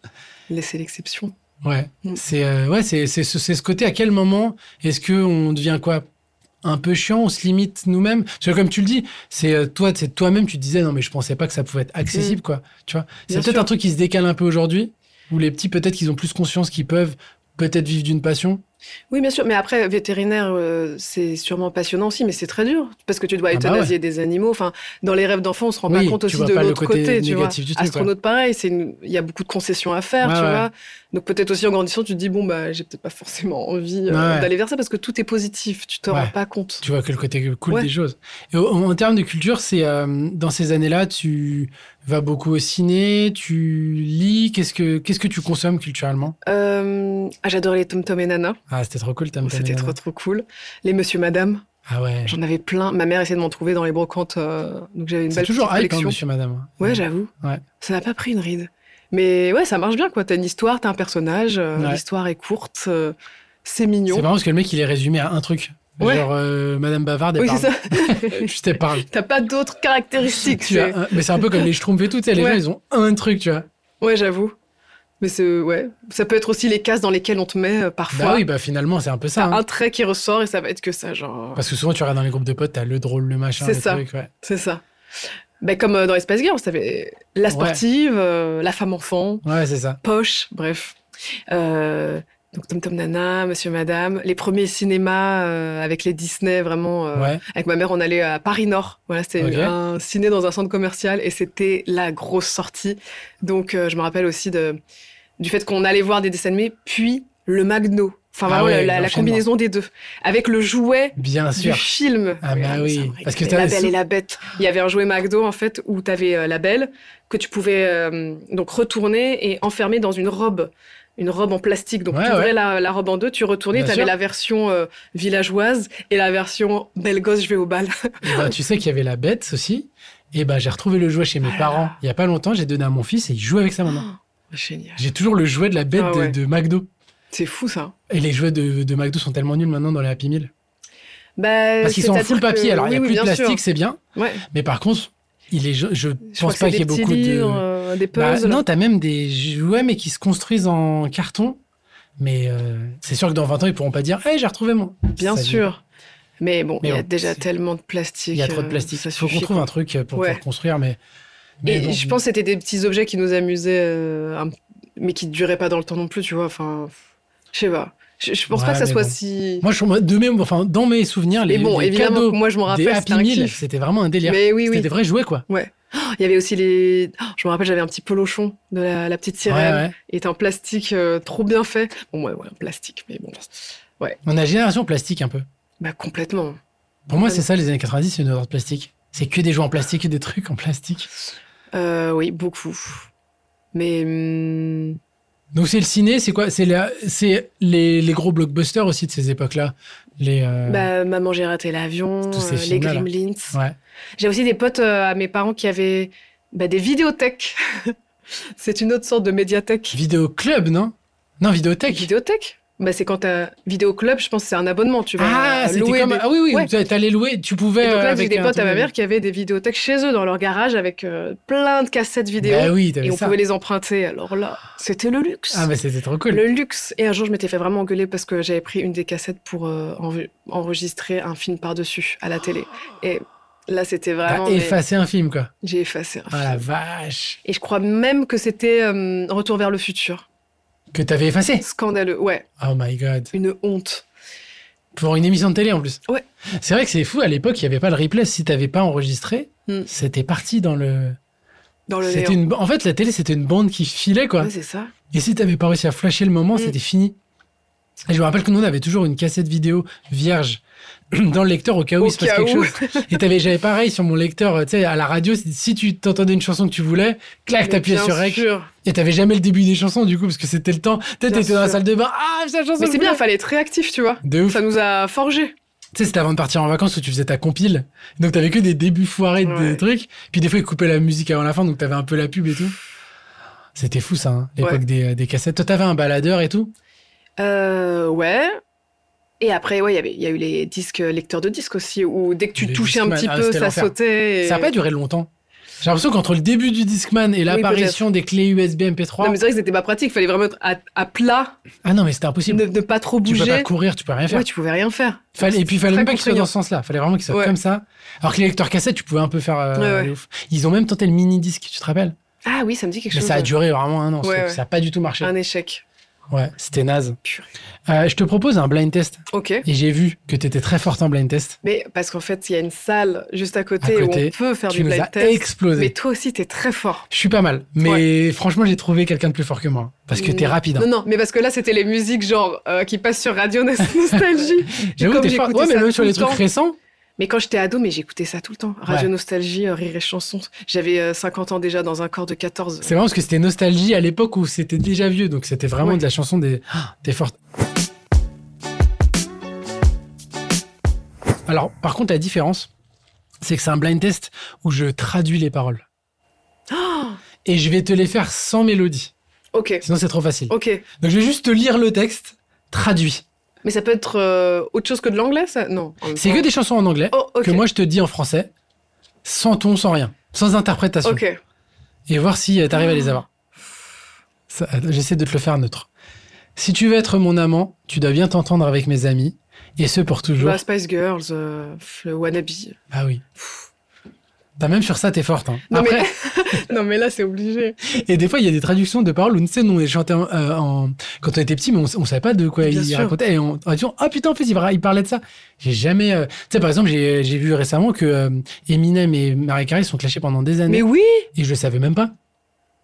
Laissez l'exception.
Ouais,
Mm.
c'est euh, ouais c'est c'est ce, c'est ce côté. À quel moment est-ce que on devient quoi un peu chiant, on se limite nous-mêmes. Parce que comme tu le dis, c'est euh, toi, c'est toi-même. Tu te disais non mais je pensais pas que ça pouvait être accessible quoi. Tu vois, c'est
Mm. Bien
peut-être
sûr.
un truc qui se décale un peu aujourd'hui où les petits peut-être qu'ils ont plus conscience qu'ils peuvent peut-être vivre d'une passion.
Oui, bien sûr. Mais après, vétérinaire, euh, c'est sûrement passionnant aussi, mais c'est très dur parce que tu dois
Ah bah
euthanasier des animaux. Enfin, dans les rêves d'enfants, on se rend
Oui,
pas compte
tu
aussi
vois
de
pas le
l'autre
côté
côté. tu vois.
négatif du truc,
Astronaute, pareil, c'est une- il y a beaucoup de concessions à faire,
Ouais,
tu
ouais.
vois. Donc peut-être aussi en grandissant, tu te dis bon bah j'ai peut-être pas forcément envie euh,
Ouais, ouais.
d'aller vers ça parce que tout est positif. Tu te
Ouais.
rends pas compte.
Tu vois que le côté cool
Ouais.
des choses. Et au- en, termes de culture, c'est euh, dans ces années-là, tu vas beaucoup au ciné, tu lis. Qu'est-ce que qu'est-ce que tu consommes culturellement
Euh, ah, j'adore les Tom Tom et Nana.
Ah, c'était trop cool, Tam Tam
Oh, C'était
et Nana.
trop trop cool. Les Monsieur Madame,
Ah ouais.
j'en avais plein. Ma mère essayait de m'en trouver dans les brocantes, euh, donc j'avais une
C'est
belle
toujours hype,
petite
hein,
collection.
Monsieur Madame.
Ouais, j'avoue.
Ouais.
Ça n'a pas pris une ride. Mais ouais, ça marche bien, quoi. T'as une histoire, t'as un personnage, euh,
Ouais.
l'histoire est courte, euh, c'est
C'est
mignon.
marrant parce que le mec, il est résumé à un truc.
Ouais.
Genre euh, Madame Bavarde. Elle
Oui, c'est
parle. Euh,
ça.
Juste elle parle.
t'as pas d'autres caractéristiques.
Tu
c'est-
as un- Mais c'est un peu comme les Schtroumpfs et tout. tu sais, Les
Ouais.
gens, ils ont un truc, tu vois.
Ouais, j'avoue. Mais c'est ouais, ça peut être aussi les cases dans lesquelles on te met euh, parfois.
Bah oui, bah finalement, c'est un peu ça. hein.
Un trait qui ressort et ça va être que ça, genre. euh,
Parce que souvent, tu regardes dans les groupes de potes, t'as le drôle, le machin,
C'est
le
ça.
truc. Ouais.
C'est ça. Ben, comme euh, dans les Space Girls, t'avais la sportive, euh, la femme enfant,
Ouais, c'est ça.
poche, bref. Euh, donc Tom Tom Nana, Monsieur Madame, les premiers cinémas euh, avec les Disney, vraiment. euh,
Ouais.
Avec ma mère, on allait à Paris Nord. Voilà, c'était
Ok.
un ciné dans un centre commercial et c'était la grosse sortie. Donc, euh, je me rappelle aussi de, du fait qu'on allait voir des dessins animés, puis le Magno. Enfin,
Ah
vraiment,
ouais,
la- la, la
l'enchaînement.
combinaison des deux. Avec le jouet
Bien
du
sûr.
film.
Ah bah
mais
oui,
ça me
parce que
régalait.
t'as-
La Belle et la Bête. Il y avait un jouet McDo, en fait, où tu avais la Belle, que tu pouvais euh, donc retourner et enfermer dans une robe. Une robe en plastique. Donc,
Ouais,
tu ouvrais
ouais.
la, la robe en deux, tu retournais,
Bien
tu avais
sûr.
la version euh, villageoise et la version belle gosse, je vais au bal. Ah,
Eh ben, tu sais qu'il y avait la bête aussi. Et ben, j'ai retrouvé le jouet chez mes parents il y a pas longtemps. J'ai donné à mon fils et il joue avec ça maintenant.
Oh, Génial.
J'ai toujours le jouet de la bête
Ah
de-
ouais.
de, McDo.
C'est fou ça.
Et les jouets de, de McDo sont tellement nuls maintenant dans les Happy Meal.
Bah,
Parce qu'ils sont en full papier. Alors, il n'y a plus de plastique, c'est bien.
Ouais.
Mais par contre, il est, je, je
Je
pense
crois
pas qu'il y
que c'est
ait
des petits
beaucoup
livres,
de.
euh, des
Bah,
puzzles.
non, t'as même des jouets, mais qui se construisent en carton. Mais euh, c'est sûr que dans 20 ans, ils pourront pas dire Hey, j'ai retrouvé mon.
bien
Ça,
sûr. Mais bon,
Mais
il y a
bon,
déjà
c'est-
tellement de plastique.
Il y a trop de
euh,
plastique.
Ça
Il faut
suffit.
qu'on trouve un truc euh, pour
Ouais.
pouvoir construire. Mais, mais
Et
bon.
je pense que c'était des petits objets qui nous amusaient, euh, un- mais qui duraient pas dans le temps non plus, tu vois. Enfin, je sais pas. Je, je pense
Ouais,
pas que ça
mais
soit
bon.
si.
Moi, je, moi, de même, enfin, dans mes souvenirs, les,
Et bon,
les
évidemment,
cadeaux
que moi je m'en
des
rappelle,
Happy
c'était un
Meal,
kiff.
c'était vraiment un délire.
Mais oui,
C'était
oui.
des vrais jouets, quoi.
Il y avait aussi les. oh, je me rappelle, j'avais un petit polochon de la, la petite
Ouais,
sirène.
ouais.
Il était en plastique euh, trop bien fait. Bon, ouais, ouais, en plastique, mais bon.
On a génération plastique un peu.
Bah, complètement.
Pour moi,
Ouais.
c'est ça, les années 90, c'est une odeur de plastique. C'est que des jouets en plastique et des trucs en plastique.
Euh, oui, beaucoup. Mais hum,
Donc, c'est le ciné, c'est quoi C'est la- c'est les, les gros blockbusters aussi de ces époques-là. Les. euh,
bah, maman, j'ai raté l'avion,
Tous ces
euh, les
films-là, là.
Gremlins.
Ouais.
J'ai aussi des potes euh, à mes parents qui avaient bah, des vidéothèques. C'est une autre sorte de médiathèque.
Vidéo club, non Non, vidéothèque.
Vidéothèque bah, C'est quand t'as vidéo club, je pense que c'est un abonnement. Tu vas
ah, c'était
bah, louer
comme.
des-
Ah oui, oui,
Ouais.
t'as- t'allais louer, tu pouvais.
Et donc
euh,
là, j'ai
avec
des
un
potes à ma
truc-
mère qui avaient des vidéothèques chez eux dans leur garage avec euh, plein de cassettes vidéo.
Bah oui,
et
t'avais
on
ça.
pouvait les emprunter. Alors là, c'était le luxe.
Ah, mais c'était trop cool.
Le luxe. Et un jour, je m'étais fait vraiment engueuler parce que j'avais pris une des cassettes pour euh, enre- enregistrer un film par-dessus à la télé. Et là, c'était
T'as
vraiment. mais
effacé un film, quoi.
J'ai effacé un
Ah
film.
la vache.
Et je crois même que c'était euh, Retour vers le futur.
Que t'avais effacé.
Scandaleux. Ouais,
Oh my god.
une honte.
Pour une émission de télé en plus.
Ouais.
C'est vrai que c'est fou, à l'époque, il n'y avait pas le replay. Si t'avais pas enregistré,
Hmm. Oh
c'était parti dans le.
Dans le
C'était
néant.
une... En fait, la télé, c'était une bande qui filait, quoi.
Ouais, c'est ça.
Et si t'avais pas réussi à flasher le moment,
Mm.
c'était fini. Et je me rappelle que nous, on avait toujours une cassette vidéo vierge dans le lecteur au cas où
Au
il se passe
cas
quelque
où.
chose. Et t'avais- j'avais pareil sur mon lecteur, euh, tu sais, à la radio, si- si tu t'entendais une chanson que tu voulais, clac, t'appuyais
Bien
sur rec.
sûr.
Et t'avais jamais le début des chansons, du coup, parce que c'était le temps. T'étais
Bien
t'étais dans la
sûr.
salle de bain, ah, c'est la chanson. que
Mais c'est
je
bien,
voulais.
fallait être réactif, tu vois.
De ouf.
Ça nous a forgé.
Tu sais, c'était avant de partir en vacances où tu faisais ta compile. Donc t'avais que des débuts foirés de
Ouais.
trucs. Puis des fois, ils coupaient la musique avant la fin, donc t'avais un peu la pub et tout. C'était fou ça, hein, l'époque
Ouais.
des, des cassettes. Toi, t'avais un baladeur et tout.
Euh, ouais. Et après, ouais, il y avait- il y a eu les disques euh, lecteurs de disques aussi, où dès que tu
Les
touchais un
Discman,
petit
ah,
peu,
c'était
ça
l'enfer.
sautait. et-
Ça n'a pas duré longtemps. J'ai l'impression qu'entre le début du Discman et l'apparition des clés USB MP3.
Non, mais c'est vrai que c'était pas pratique, fallait vraiment être à, à plat,
Ah non, mais c'était impossible.
ne, ne pas trop
Tu peux
bouger.
pas courir, tu peux rien faire.
ouais, tu pouvais rien faire.
Fallait- et puis, il fallait
Très
même pas qu'il soit
contraignant.
dans ce sens-là. fallait vraiment qu'il soit
Ouais.
comme ça. Alors que les lecteurs cassettes, tu pouvais un peu faire. euh,
Ouais, ouais.
les ouf. Ils ont même tenté le mini-disque, tu te rappelles
Ah oui, ça me dit quelque
Mais
chose.
ça a duré vraiment un an. ce
Ouais,
truc.
ouais.
Ça n'a pas du tout marché.
Un échec.
Ouais, c'était naze.
Purée.
Euh, je te propose un blind test.
Ok.
Et j'ai vu que tu étais très forte en blind test.
Mais parce qu'en fait, il y a une salle juste à côté,
À côté,
où on peut faire
tu
du
nous
blind
as
test.
explosé.
Mais toi aussi, t'es très fort.
Je suis pas mal. Mais franchement, j'ai trouvé quelqu'un de plus fort que moi. Parce que t'es
Mm.
rapide. hein.
Non, non, mais parce que là, c'était les musiques genre euh, qui passent sur Radio Nostalgie.
J'avoue,
comme
t'es fort.
j'écoutais
Ouais, mais
ça
même sur
tout
les
le
trucs
temps.
récents.
Mais quand j'étais ado, mais j'écoutais ça tout le temps. Radio
Ouais.
Nostalgie, euh, Rire et Chansons. J'avais euh, 50 ans déjà dans un corps de 14.
C'est marrant parce que c'était nostalgie à l'époque où c'était déjà vieux. Donc c'était vraiment
Ouais.
de la chanson des. Ah, T'es forte. Alors, par contre, la différence, c'est que c'est un blind test où je traduis les paroles.
Ah
Et je vais te les faire sans mélodie.
ok,
Sinon, c'est trop facile.
ok.
Donc je vais juste te lire le texte traduit.
Mais ça peut être euh, autre chose que de l'anglais, ça Non. en même
C'est
temps.
que des chansons en anglais
Oh, ok.
que moi je te dis en français, sans ton, sans rien, sans interprétation.
Ok.
Et voir si euh, t'arrives à les avoir. Ça, euh, J'essaie de te le faire neutre. Si tu veux être mon amant, tu dois bien t'entendre avec mes amis, et ce pour toujours.
Bah, Spice Girls, euh, le Wannabe.
Ah oui. Bah, même sur ça, t'es forte. hein.
Non,
Après,
non, mais là, c'est obligé.
et des fois, il y a des traductions de paroles où, tu sais, nous, on les chantait en, euh, en- quand on était petit, mais on, on savait pas de quoi
Bien
il
sûr.
racontait. Et on, on a dit, ah putain, en fait, il, par- il parlait de ça. J'ai jamais. euh, Tu sais, par exemple, j'ai j'ai vu récemment que euh, Eminem et Mariah Carey se sont clashés pendant des années.
Mais oui
Et je le savais même pas.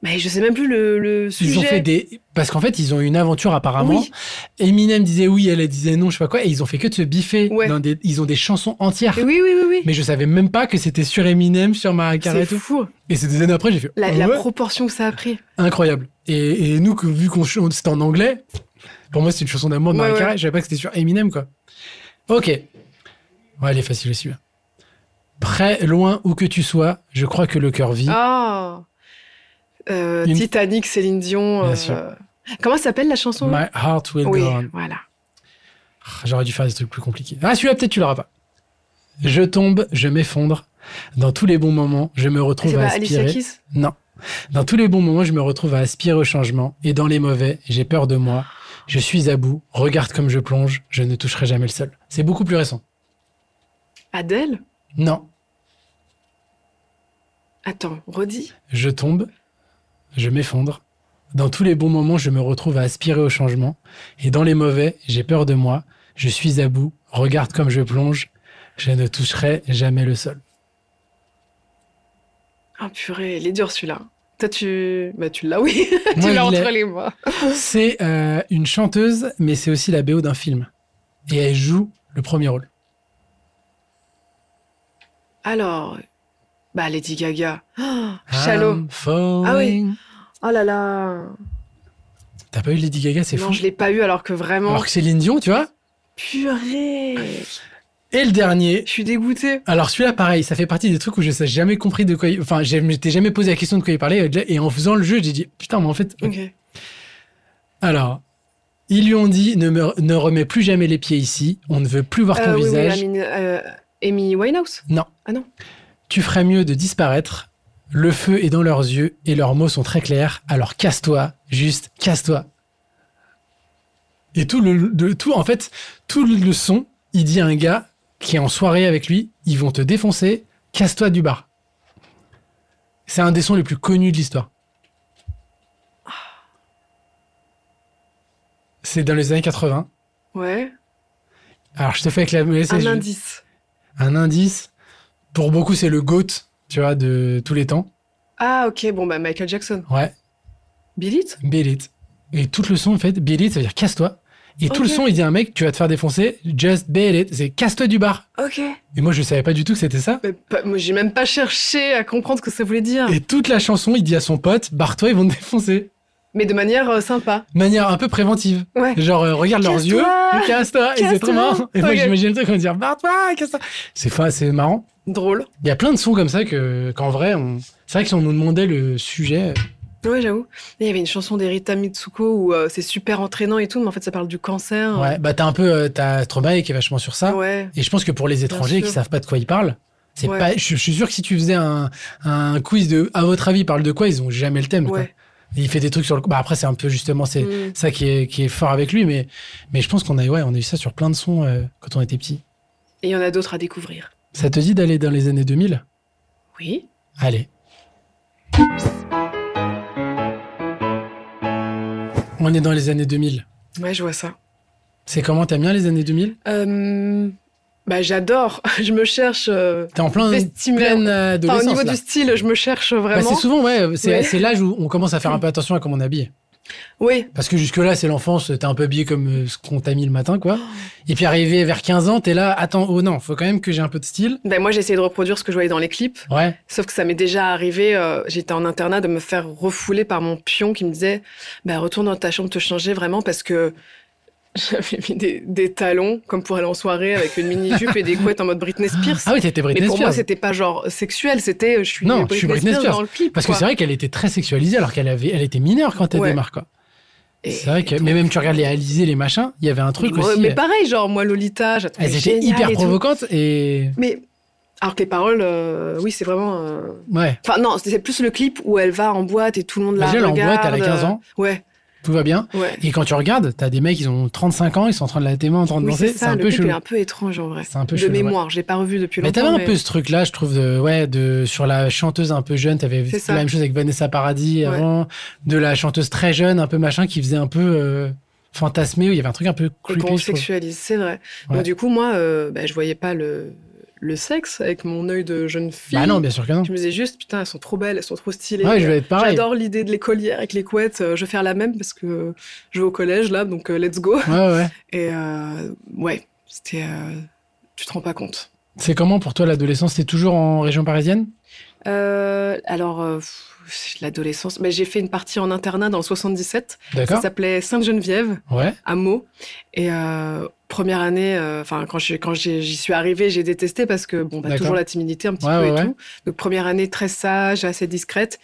Mais je sais même plus le, le sujet.
Ils ont fait des. Parce qu'en fait, ils ont eu une aventure apparemment.
Oui.
Eminem disait oui, elle elle disait non, je sais pas quoi. Et ils ont fait que de se biffer.
Ouais.
dans des- Ils ont des chansons entières.
Mais oui, oui, oui, oui.
Mais je savais même pas que c'était sur Eminem, sur Mariah Carey
c'est
et tout.
fou.
Et c'est des années après, j'ai fait.
La,
ah
la
ouais,
proportion que ça a pris.
Incroyable. Et, et nous, que, vu qu'on ch- c'était en anglais, pour moi, c'est une chanson d'amour de
Ouais,
Mariah
ouais.
Carey. Je savais pas que c'était sur Eminem, quoi. Ok. Ouais, elle est facile aussi. hein. Près, loin, où que tu sois, je crois que le cœur vit.
Ah Euh,
Une-
Titanic, Céline Dion.
Bien
euh,
sûr.
Comment ça s'appelle la chanson
My heart will
Oui,
go on.
voilà.
Ah, J'aurais dû faire des trucs plus compliqués. Ah, celui-là, peut-être tu l'auras pas. Je tombe, je m'effondre. Dans tous les bons moments, je me
C'est
retrouve à
pas
aspirer.
Alicia Keys
Non. Dans tous les bons moments, je me retrouve à aspirer au changement. Et dans les mauvais, j'ai peur de moi. Je suis à bout. Regarde comme je plonge. Je ne toucherai jamais le sol. C'est beaucoup plus récent.
Adèle
Non.
Attends, redis.
Je tombe, je m'effondre. Dans tous les bons moments, je me retrouve à aspirer au changement. Et dans les mauvais, j'ai peur de moi. Je suis à bout. Regarde comme je plonge. Je ne toucherai jamais le sol.
Ah purée, il est dur celui-là. Toi, tu, bah, tu l'as, oui.
Moi,
tu l'as
je l'ai.
entre les mains.
C'est euh, une chanteuse, mais c'est aussi la BO d'un film. Et elle joue le premier rôle.
Alors, bah Lady Gaga. Oh,
Ah. I'm falling.
Ah oui. Oh là là.
T'as pas eu Lady Gaga, c'est
non,
fou.
je l'ai pas eu alors que vraiment.
Alors que c'est Dion, tu vois.
Purée.
Et le dernier.
Je suis dégoûtée.
Alors celui-là, pareil, ça fait partie des trucs où je sais jamais compris de quoi. il- Enfin, je m'étais jamais posé la question de quoi il parlait. Et en faisant le jeu, j'ai dit putain, mais en fait.
Ok.
Alors, ils lui ont dit ne, me- ne remets plus jamais les pieds ici. On ne veut plus voir ton
Euh, oui, oui,
visage.
Amine- euh, Amy Winehouse
Non.
Ah non.
Tu ferais mieux de disparaître. Le feu est dans leurs yeux et leurs mots sont très clairs. Alors casse-toi, juste casse-toi. Et tout le, le- tout en fait, tout le son, il dit à un gars qui est en soirée avec lui, ils vont te défoncer, casse-toi du bar. C'est un des sons les plus connus de l'histoire. C'est dans les années 80.
Ouais.
Alors je te fais avec la
Un
je-
indice.
un indice. Pour beaucoup, c'est le GOAT, tu vois, de tous les temps.
Ah ok, bon bah Michael Jackson.
Ouais,
Bill It
Beat It. Et toute le son, en fait, Beat It, ça veut dire casse-toi. Et tout le
Ok.
son, il dit à un mec, tu vas te faire défoncer, just bail it. C'est casse-toi du bar.
Ok.
Et moi, je savais pas du tout que c'était ça.
Mais pas- moi, j'ai même pas cherché à comprendre ce que ça voulait dire.
Et toute la chanson, il dit à son pote, barre-toi, ils vont te défoncer.
Mais de manière euh, sympa.
De manière un peu préventive.
Ouais.
Genre, euh, regarde leurs
Casse-toi.
yeux, et casse-toi, et c'est trop
Casse-toi.
marrant. Et moi,
Ok.
j'imagine le truc, on va dire, barre-toi, casse-toi. C'est fa- c'est marrant.
Drôle.
Il y a plein de sons comme ça que, qu'en vrai, on... c'est vrai que si on nous demandait le sujet,
Ouais, j'avoue. Et Il y avait une chanson d'Erita Mitsuko où euh, c'est super entraînant et tout, mais en fait, ça parle du cancer.
ouais, Ah. bah t'as un peu, euh, t'as Stromae qui est vachement sur ça.
Ouais.
Et je pense que pour les étrangers
sûr.
qui savent pas de quoi ils parlent, c'est
Ouais.
pas, je, je suis sûr que si tu faisais un, un quiz de, à votre avis, parle de quoi, ils ont jamais le thème, quoi.
Ouais.
Il fait des trucs sur le, bah après, c'est un peu justement, c'est,
Mm.
ça qui est, qui est fort avec lui, mais, mais je pense qu'on a, ouais, on a eu ça sur plein de sons euh, quand on était petit.
Et il y en a d'autres à découvrir.
Ça te dit d'aller dans les années 2000
Oui.
Allez. On est dans les années 2000.
Ouais, je vois ça.
C'est comment T'aimes bien les années 2000
Euh, bah, j'adore. je me cherche. euh,
T'es en plein
vestimentaire.
pleine euh, adolescence.
Enfin, au niveau
là.
du style, je me cherche
Bah,
vraiment.
c'est souvent, ouais, c'est
Ouais.
c'est l'âge où on commence à faire un peu attention à comment on habille.
oui.
Parce que jusque-là, c'est l'enfance, t'es un peu habillé comme euh, ce qu'on t'a mis le matin, quoi.
Oh.
Et puis arrivé vers 15 ans, t'es là, attends, oh non, faut quand même que j'ai un peu de style.
Ben, moi, j'ai essayé de reproduire ce que je voyais dans les clips.
Ouais,
Sauf que ça m'est déjà arrivé, euh, j'étais en internat, de me faire refouler par mon pion qui me disait bah, Retourne dans ta chambre te changer vraiment parce que j'avais mis des, des talons, comme pour aller en soirée, avec une mini-jupe et des couettes en mode Britney Spears.
ah oui, t'étais
Mais
Britney
pour moi,
Spears.
c'était pas genre sexuel, c'était euh, je suis,
Non,
Britney,
je suis Britney
Spears,
Spears.
dans le clip.
Parce que
quoi.
c'est vrai qu'elle était très sexualisée alors qu'elle avait, elle était mineure quand elle
Ouais.
démarre quoi.
Et-
C'est vrai que,
et
mais même tu regardes les Alizé, les machins, il y avait un truc
mais,
aussi.
mais
euh,
pareil, genre moi, Lolita, j'ai trouvé
elles étaient
génial
hyper
et tout.
provocantes et
Mais alors que les paroles, euh, oui, c'est vraiment. euh,
ouais,
Enfin, non, c'est plus le clip où elle va en boîte et tout le monde la
Bah, Déjà, elle est en
regarde.
boîte, elle a 15 ans.
euh, Ouais,
tout va bien.
ouais.
Et quand tu regardes, t'as des mecs, ils ont 35 ans, ils sont en train de la témoin, en train de
Oui,
danser,
c'est
c'est
ça,
un
le
peu
clip
chelou.
est un peu étrange en vrai.
C'est un peu
de
chelou, ouais.
mémoire, je l'ai pas revu depuis
Mais t'avais
longtemps.
un
mais-
peu ce truc-là, je trouve, de, ouais, de, sur la chanteuse un peu jeune, t'avais
C'est
fait
ça.
la même chose avec Vanessa Paradis
Ouais.
avant, de la chanteuse très jeune, un peu machin, qui faisait un peu euh, fantasmer, où il y avait un truc un peu
et qu'on
creepy, je trouve.
sexualise, c'est vrai.
Ouais.
Donc du coup, moi, euh, bah, je voyais pas le, le sexe avec mon œil de jeune fille.
Bah non, bien sûr que non.
Je me disais juste, putain, elles sont trop belles, elles sont trop stylées.
Ouais, je vais être pareil.
J'adore l'idée de l'écolière avec les couettes. euh, Je vais faire la même parce que je vais au collège là, donc euh, let's go.
Ouais, ouais.
Et euh, ouais, c'était. euh, tu te rends pas compte.
C'est comment pour toi l'adolescence T'es toujours en région parisienne
Euh, alors, euh, pff, l'adolescence. Bah, j'ai fait une partie en internat dans le 77. Ça
D'accord
s'appelait Sainte-Geneviève.
Ouais.
à Meaux. Et euh, première année, euh, enfin quand je- quand j'ai- j'y suis arrivée, j'ai détesté parce que bon, bah,
D'accord.
toujours la timidité un petit
Ouais,
peu
ouais,
et
ouais.
tout. Donc première année très sage, assez discrète.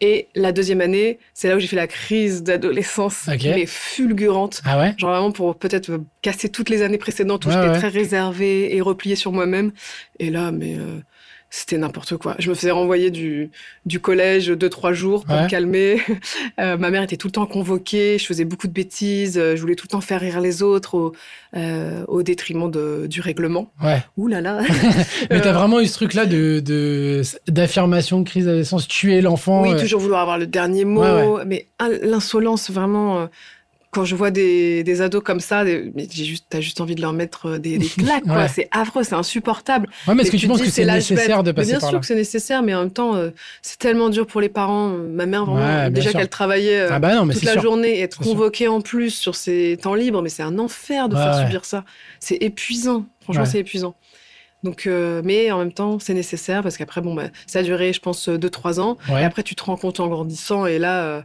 Et la deuxième année, c'est là où j'ai fait la crise d'adolescence,
Ok.
mais fulgurante.
Ah ouais
Genre vraiment pour peut-être euh, casser toutes les années précédentes où
Ouais,
j'étais
ouais.
très réservée et repliée sur moi-même. Et là, mais euh, c'était n'importe quoi. Je me faisais renvoyer du, du collège deux, trois jours pour
Ouais.
me calmer. Euh, ma mère était tout le temps convoquée. Je faisais beaucoup de bêtises. euh, Je voulais tout le temps faire rire les autres au, euh, au détriment de- du règlement.
Ouais.
Ouh là là
Mais t'as
Euh,
vraiment eu ce truc-là de, de, d'affirmation, de crise d'adolescence, tuer l'enfant.
Oui,
euh,
toujours vouloir avoir le dernier mot.
Ouais,
Mais ah, l'insolence, vraiment, euh, quand je vois des, des ados comme ça, des- mais j'ai juste, t'as juste envie de leur mettre euh, des, des claques, quoi.
Ouais.
C'est affreux, c'est insupportable.
Ouais, mais est-ce
Et
que tu
te
penses
dis,
que c'est
l'âge bête.
nécessaire de
Mais
passer
Bien
par
sûr
là
que c'est nécessaire, mais en même temps, euh, c'est tellement dur pour les parents. Ma mère, vraiment,
Ouais, bien
déjà
sûr.
qu'elle travaillait euh,
Ah bah non, mais
toute
c'est
la
sûr.
journée et être
C'est sûr.
convoquée en plus sur ses temps libres, mais c'est un enfer de
Ouais,
faire
ouais.
subir ça. C'est épuisant, franchement,
Ouais.
c'est épuisant. Donc, euh, mais en même temps, c'est nécessaire parce qu'après, bon, bah, ça a duré, je pense, 2-3 ans. Et
Ouais.
après, tu te rends compte en grandissant, et là, euh,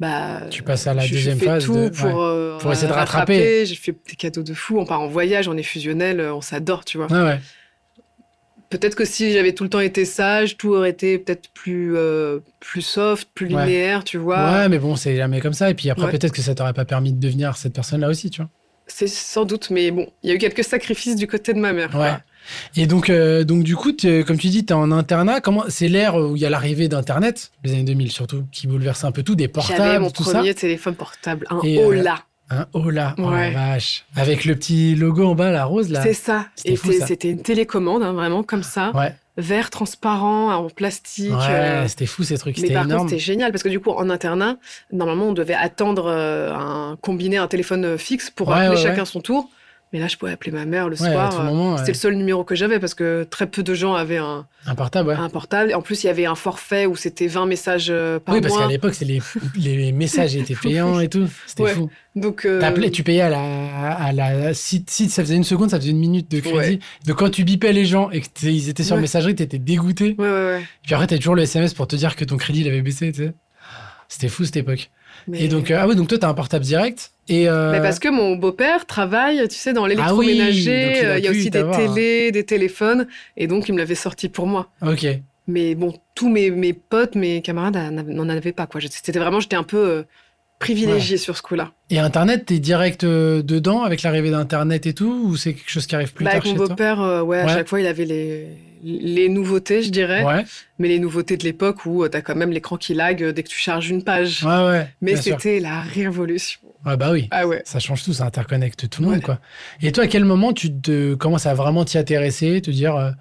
bah,
Tu passes à la
je- je
deuxième
fais
phase.
tout
de-
pour,
ouais.
euh,
Pour essayer de rattraper.
J'ai fait des cadeaux de fou. On part en voyage, on est fusionnel, euh, on s'adore, tu vois.
Ouais, Ah ouais.
Peut-être que si j'avais tout le temps été sage, tout aurait été peut-être plus euh, plus soft, plus
Ouais.
linéaire, tu vois.
Ouais, mais bon, c'est jamais comme ça. Et puis après,
Ouais.
peut-être que ça t'aurait pas permis de devenir cette personne-là aussi, tu vois.
C'est sans doute, mais bon, il y a eu quelques sacrifices du côté de ma mère. quoi.
Ouais. Et donc, euh, donc du coup, t'es- comme tu dis, tu es en internat. Comment C'est l'ère où il y a l'arrivée d'Internet, les années 2000 surtout, qui bouleverse un peu tout, des
J'avais
portables,
mon
tout
premier téléphone portable, un
Et, euh,
Ola.
ça. Un oh là, oh la
Ouais.
vache. Avec le petit logo en bas, la rose, là.
C'est ça.
C'était
Et
fou,
c'est-
ça.
c'était une télécommande, hein, vraiment comme ça,
Ouais,
vert transparent, en plastique. euh,
ouais c'était fou ces trucs,
Mais
c'était
par
énorme.
contre, c'était génial parce que du coup, en internat, normalement, on devait attendre euh, un combiné, un téléphone euh, fixe pour
Ouais,
appeler
ouais,
chacun son tour. Mais là, je pouvais appeler ma mère le
Ouais, à
soir.
tout
euh,
moment.
C'était
ouais.
le seul numéro que j'avais parce que très peu de gens avaient un,
Un portable, ouais.
un portable. En plus, il y avait un forfait où c'était 20 messages euh, par
oui, parce qu'à
mois.
l'époque, c'est les, les messages étaient payants et tout. C'était
Ouais.
fou.
Donc, euh,
T'appelais, tu payais à la, à la. Si, si ça faisait une seconde, ça faisait une minute de crédit.
Ouais.
Donc quand tu bipais les gens et qu'ils étaient sur
Ouais.
messagerie, t'étais dégoûté.
ouais, ouais, ouais.
Puis après, t'as toujours le SMS pour te dire que ton crédit il avait baissé, tu sais. C'était fou cette époque.
Mais-
Et donc, euh, ah ouais, donc toi, t'as un portable direct. Et euh,
Mais parce que mon beau-père travaille, tu sais, dans
Ah oui,
l'électroménager.
donc il a
euh, il y a
pu
aussi des
t'avoir.
télés, des téléphones. Et donc, il me l'avait sorti pour moi.
Ok.
Mais bon, tous mes, mes potes, mes camarades euh, n'av- n'en avaient pas. quoi. J'étais- C'était vraiment, j'étais un peu euh, privilégiée sur ce coup-là.
Et Internet, t'es direct euh, dedans avec l'arrivée d'Internet et tout Ou c'est quelque chose qui arrive plus
Bah,
tard
avec mon
chez toi
beau-père, euh, ouais, à
Ouais.
chaque fois, il avait les, les nouveautés, je dirais.
Ouais,
Mais les nouveautés de l'époque où tu as quand même l'écran qui lag euh, dès que tu charges une page.
ouais, ouais.
Mais
bien sûr.
c'était la révolution.
Ah bah oui.
Ah ouais.
Ça change tout, ça interconnecte tout le monde,
Ouais.
quoi. Et toi, à quel moment tu te commences à vraiment t'y intéresser, te dire, euh,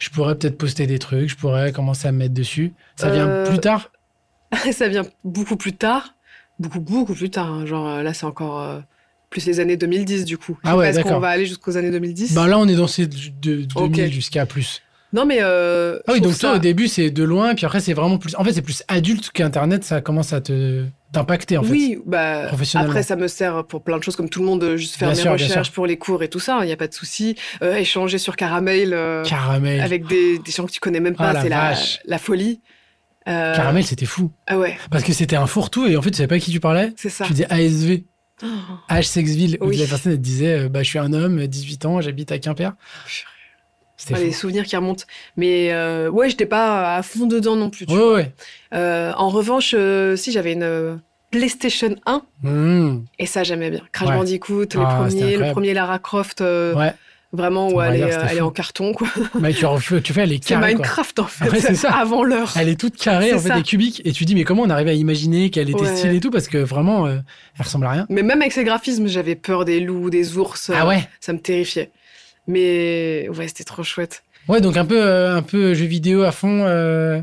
je pourrais peut-être poster des trucs, je pourrais commencer à me mettre dessus Ça vient
Euh,
plus tard
ça vient beaucoup plus tard. Beaucoup, beaucoup plus tard. hein. Genre euh, là, c'est encore euh, plus les années 2010 du coup.
Ah ouais,
Est-ce qu'on
d'accord.
va aller jusqu'aux années 2010
Ben là, on est dans ces de, de
Ok.
2000 jusqu'à plus.
Non, mais. euh,
Ah oui,
je
donc
trouve
toi,
ça-
au début, c'est de loin, puis après, c'est vraiment plus. En fait, c'est plus adulte qu'Internet, ça commence à te t'impacter, en fait.
oui, bah,
professionnellement.
après ça me sert pour plein de choses comme tout le monde, euh, juste faire
Bien
mes
sûr, bien
recherches
sûr.
pour les cours et tout ça, il n'y a pas de souci. Euh, échanger sur Caramel euh,
Caramel.
avec des, des gens que tu connais même
Ah,
pas,
la
c'est la,
vache.
la folie. Euh,
Caramel, c'était fou.
Ah ouais,
Parce que c'était un fourre-tout, et en fait, tu savais pas à qui tu parlais.
c'est ça.
Tu disais ASV,
Oh,
H Sexville, où
Oui.
la personne elle te disait, euh, bah, je suis un homme, 18 ans, j'habite à Quimper.
purée.
C'était
Ah, les
fou.
souvenirs qui remontent. Mais euh, ouais, j'étais pas à fond dedans non plus. tu
Ouais,
vois.
ouais.
Euh, en revanche, euh, si j'avais une euh, PlayStation 1,
Mmh.
et ça j'aimais bien. Crash
Ouais.
Bandicoot, le
Ah, c'était
premier, le
incroyable.
premier Lara Croft, euh,
Ouais.
vraiment
On
où
va
elle
dire,
est, euh,
c'était
elle est
fou.
en carton. quoi.
Mais tu, refais- tu fais, elle est
C'est
carrée. quoi.
Minecraft en fait,
Ouais, c'est ça.
avant l'heure.
Elle est toute carrée,
C'est
en fait,
ça.
des cubiques. Et tu dis, mais comment on arrivait à imaginer qu'elle était
Ouais.
stylée et tout Parce que vraiment, euh, elle ressemble à rien.
Mais même avec ses graphismes, j'avais peur des loups, des ours.
Ah
euh,
ouais
Ça me terrifiait. Mais ouais, c'était trop chouette.
Ouais, donc un peu, euh, un peu jeu vidéo à fond. euh,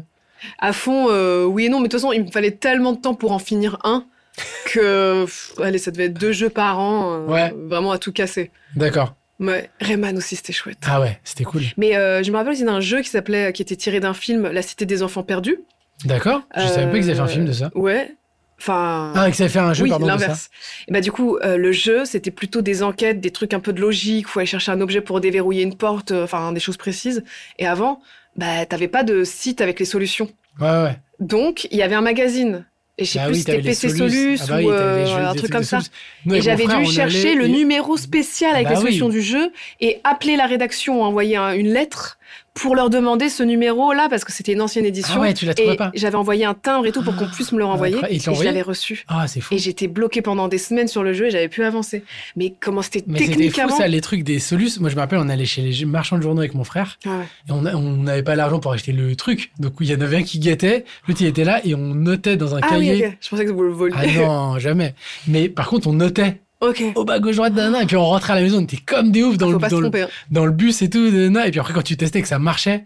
À fond, euh, oui et non, mais de toute façon, il me fallait tellement de temps pour en finir un que, pff, allez, ça devait être deux jeux par an, euh,
Ouais.
vraiment à tout casser.
D'accord.
Ouais, Rayman aussi, c'était chouette.
Ah ouais, c'était cool.
Mais euh, je me rappelle aussi d'un jeu qui s'appelait, qui était tiré d'un film, La Cité des Enfants Perdus.
D'accord Je savais pas qu'ils avaient fait un
Euh,
film de ça.
Ouais. Enfin.
Ah, qu'ils avaient fait un jeu,
oui,
pardon, de ça.
l'inverse. Et bah du coup, euh, le jeu, c'était plutôt des enquêtes, des trucs un peu de logique, faut aller chercher un objet pour déverrouiller une porte, euh, enfin des choses précises. Et avant, bah t'avais pas de site avec les solutions.
Ouais, ouais.
Donc il y avait un magazine. Et je sais
Ah
plus
oui,
si
t'avais
c'était
les
PC
Solus.
Solus
Ah bah oui,
ou
t'avais les
euh,
jeux-
un
des
truc
trucs
comme
de
ça.
Solus. Nous,
Et
avec mon
j'avais
frère,
dû
on
chercher
allait-
le
et-
numéro spécial avec
Bah
les solutions
oui.
du jeu et appeler la rédaction, envoyer un- une lettre pour leur demander ce numéro-là parce que c'était une ancienne édition.
Ah ouais, tu la trouvais
et
pas. Ah,
j'avais envoyé un timbre et tout pour qu'on puisse me le renvoyer.
incroyable. Et ils te l'ont
et je
envoyé
l'avais reçu.
Ah, c'est fou.
Et j'étais bloquée pendant des semaines sur le jeu et j'avais pu avancer. Mais comment c'était
Mais c'était
technique
fou,
avant
ça, les trucs des Solus. Moi, je me rappelle, on allait chez les marchands de journaux avec mon frère.
Ah ouais.
Et on a- on n'avait pas l'argent pour acheter le truc. Donc, il y en avait un qui guettait, l'autre, il était là, et on notait dans un
Ah
cahier.
oui, ok. je pensais que vous le voliez.
Ah non, jamais. Mais par contre, on notait
ok,
au bas, gauche, droite, nanana, et puis on rentrait à la maison, on était comme des oufs dans,
faut
le,
pas se
dans, le,
tromper. hein.
dans le bus et tout, nanana, et puis après, quand tu testais que ça marchait,